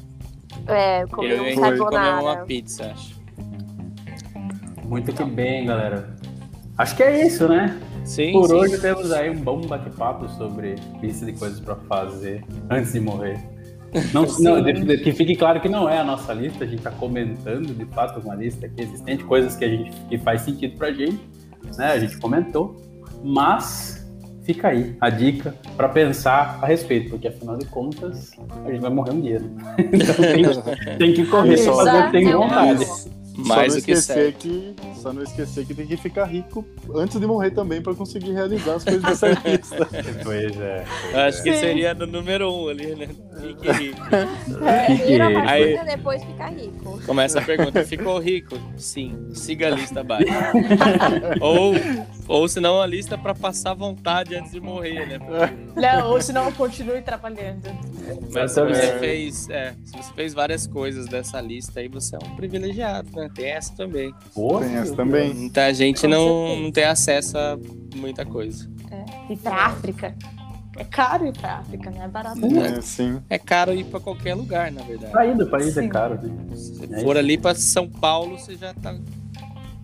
[SPEAKER 5] É,
[SPEAKER 2] Eu
[SPEAKER 5] comer
[SPEAKER 2] e a
[SPEAKER 5] um
[SPEAKER 2] Isa comemos
[SPEAKER 5] carbonara.
[SPEAKER 2] uma pizza, acho.
[SPEAKER 1] Muito que bem, galera. Acho que é isso, né?
[SPEAKER 2] Sim,
[SPEAKER 1] Por
[SPEAKER 2] sim.
[SPEAKER 1] hoje temos aí um bom bate-papo sobre lista de coisas pra fazer antes de morrer. Não, não, de- de- que fique claro que não é a nossa lista, a gente tá comentando de fato uma lista aqui existente, coisas que a gente que faz sentido pra gente, né? A gente comentou, mas fica aí a dica pra pensar a respeito, porque afinal de contas a gente vai morrer um dia. né? Então tem, tem que correr, só fazer o que tem
[SPEAKER 4] Exato.
[SPEAKER 1] vontade.
[SPEAKER 2] Mais
[SPEAKER 3] só não
[SPEAKER 2] do que
[SPEAKER 3] esquecer
[SPEAKER 2] certo.
[SPEAKER 3] que, Só não esquecer que tem que ficar rico antes de morrer também pra conseguir realizar as coisas dessa lista. né?
[SPEAKER 1] Pois é.
[SPEAKER 2] Acho que
[SPEAKER 4] Sim.
[SPEAKER 2] seria no número um ali, né? Fique rico.
[SPEAKER 5] Primeiro a
[SPEAKER 1] Fique-
[SPEAKER 2] Aí-
[SPEAKER 5] partida, depois ficar rico.
[SPEAKER 2] Começa a pergunta, ficou rico? Sim, siga a lista abaixo. ou, ou se não, a lista pra passar vontade antes de morrer, né?
[SPEAKER 4] Não, ou senão eu continue trabalhando.
[SPEAKER 2] Mas se você,
[SPEAKER 1] Exatamente.
[SPEAKER 2] fez, é, se você fez várias coisas dessa lista aí, você é um privilegiado, né? Tem essa também.
[SPEAKER 1] Pô,
[SPEAKER 3] Tem essa também.
[SPEAKER 2] Muita gente
[SPEAKER 4] Com
[SPEAKER 2] não,
[SPEAKER 4] certeza.
[SPEAKER 2] não tem acesso a muita coisa.
[SPEAKER 4] E pra África. É caro ir pra África, não é barato. não.
[SPEAKER 3] É, sim.
[SPEAKER 2] É caro ir pra qualquer lugar, na verdade.
[SPEAKER 1] Sair do país é
[SPEAKER 4] Sim.
[SPEAKER 1] caro, né?
[SPEAKER 2] Se você
[SPEAKER 1] É
[SPEAKER 2] for
[SPEAKER 1] isso.
[SPEAKER 2] ali pra São Paulo, você já tá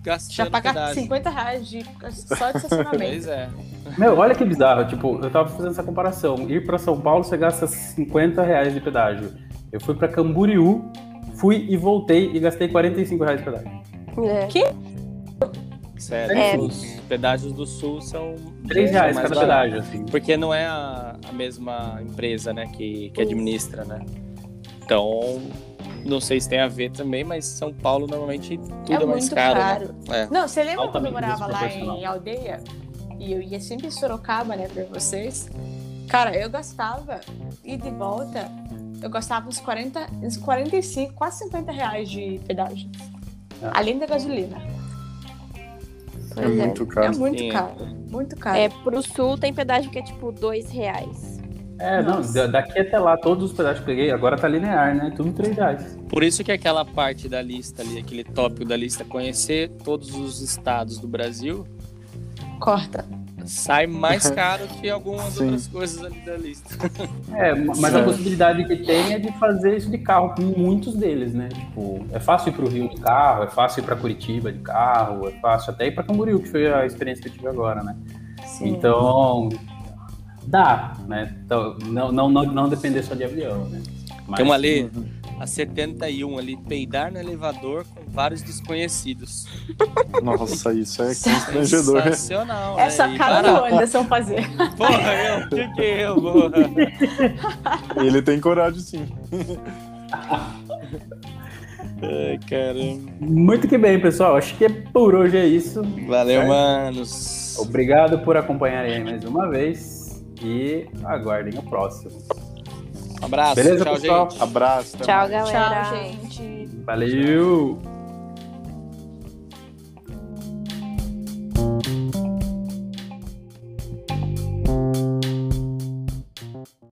[SPEAKER 2] gastando
[SPEAKER 4] Já paga né?
[SPEAKER 2] pedágio.
[SPEAKER 4] 50 reais de, só de
[SPEAKER 2] Pois
[SPEAKER 4] estacionamento.
[SPEAKER 2] é.
[SPEAKER 1] Meu, olha que bizarro. Tipo, eu tava fazendo essa comparação. Ir pra São Paulo, você gasta 50 reais de pedágio. Eu fui pra Camboriú, fui e voltei e gastei 45 reais de pedágio.
[SPEAKER 5] É.
[SPEAKER 2] Sério.
[SPEAKER 5] É.
[SPEAKER 2] Os pedágios do sul são.
[SPEAKER 1] 3
[SPEAKER 2] são
[SPEAKER 1] reais
[SPEAKER 2] mais
[SPEAKER 1] cada
[SPEAKER 2] baratos.
[SPEAKER 1] pedágio, assim.
[SPEAKER 2] Porque não é a, a mesma empresa, né, que, que administra, né? Então, não sei se tem a ver também, mas São Paulo normalmente tudo é,
[SPEAKER 4] é
[SPEAKER 2] mais
[SPEAKER 4] muito
[SPEAKER 2] caro. né?
[SPEAKER 4] caro.
[SPEAKER 2] É.
[SPEAKER 4] Não, você lembra quando eu
[SPEAKER 1] Altamente
[SPEAKER 4] morava lá em
[SPEAKER 1] desproporcional.
[SPEAKER 4] aldeia? E eu ia sempre em Sorocaba, né, pra vocês. Cara, eu gastava, e de volta, eu gastava uns 40, uns 45, quase 50 reais de pedágio.
[SPEAKER 1] Ah.
[SPEAKER 4] Além da gasolina.
[SPEAKER 3] É
[SPEAKER 5] Pois é.
[SPEAKER 3] muito
[SPEAKER 4] É
[SPEAKER 3] caro.
[SPEAKER 4] muito
[SPEAKER 2] Sim.
[SPEAKER 4] caro, muito caro.
[SPEAKER 5] É, pro sul tem pedágio que é tipo dois reais.
[SPEAKER 1] É, não,
[SPEAKER 4] Nossa.
[SPEAKER 1] da- daqui até lá, todos os pedágios que eu peguei, agora tá linear, né? Tudo 3 reais.
[SPEAKER 2] Por isso que aquela parte da lista ali, aquele tópico da lista, conhecer todos os estados do Brasil,
[SPEAKER 4] Corta.
[SPEAKER 2] sai mais caro que algumas
[SPEAKER 3] Sim.
[SPEAKER 2] outras coisas ali da lista.
[SPEAKER 1] É, ma- mas a
[SPEAKER 3] Certo.
[SPEAKER 1] possibilidade que tem é de fazer isso de carro, com muitos deles, né? Tipo, é fácil ir pro Rio de carro, é fácil ir pra Curitiba de carro, é fácil até ir pra Camboriú, que foi a experiência que eu tive agora, né?
[SPEAKER 4] Sim.
[SPEAKER 1] Então, dá, né? Então, não, não, não, não depender só de avião, né? Mas,
[SPEAKER 2] É um- Tem
[SPEAKER 3] Uhum.
[SPEAKER 2] uma lei, a 71 ali, peidar no elevador com vários desconhecidos.
[SPEAKER 3] Nossa, isso é constrangedor.
[SPEAKER 2] Sensacional,
[SPEAKER 4] É só
[SPEAKER 2] né? E
[SPEAKER 4] cara
[SPEAKER 2] barato.
[SPEAKER 4] do Anderson fazer.
[SPEAKER 2] Porra, eu, o que que eu vou...
[SPEAKER 3] Ele tem coragem, sim.
[SPEAKER 2] Ai, caramba.
[SPEAKER 1] Muito que bem, pessoal. Acho que por hoje é isso.
[SPEAKER 2] Valeu,
[SPEAKER 1] Certo.
[SPEAKER 2] manos.
[SPEAKER 1] Obrigado por acompanharem aí mais uma vez e aguardem o próximo.
[SPEAKER 2] Um abraço,
[SPEAKER 1] Beleza,
[SPEAKER 2] tchau,
[SPEAKER 1] pessoal?
[SPEAKER 2] gente.
[SPEAKER 3] Abraço. até
[SPEAKER 5] Tchau,
[SPEAKER 3] mais.
[SPEAKER 5] galera.
[SPEAKER 4] Tchau, gente.
[SPEAKER 1] Valeu!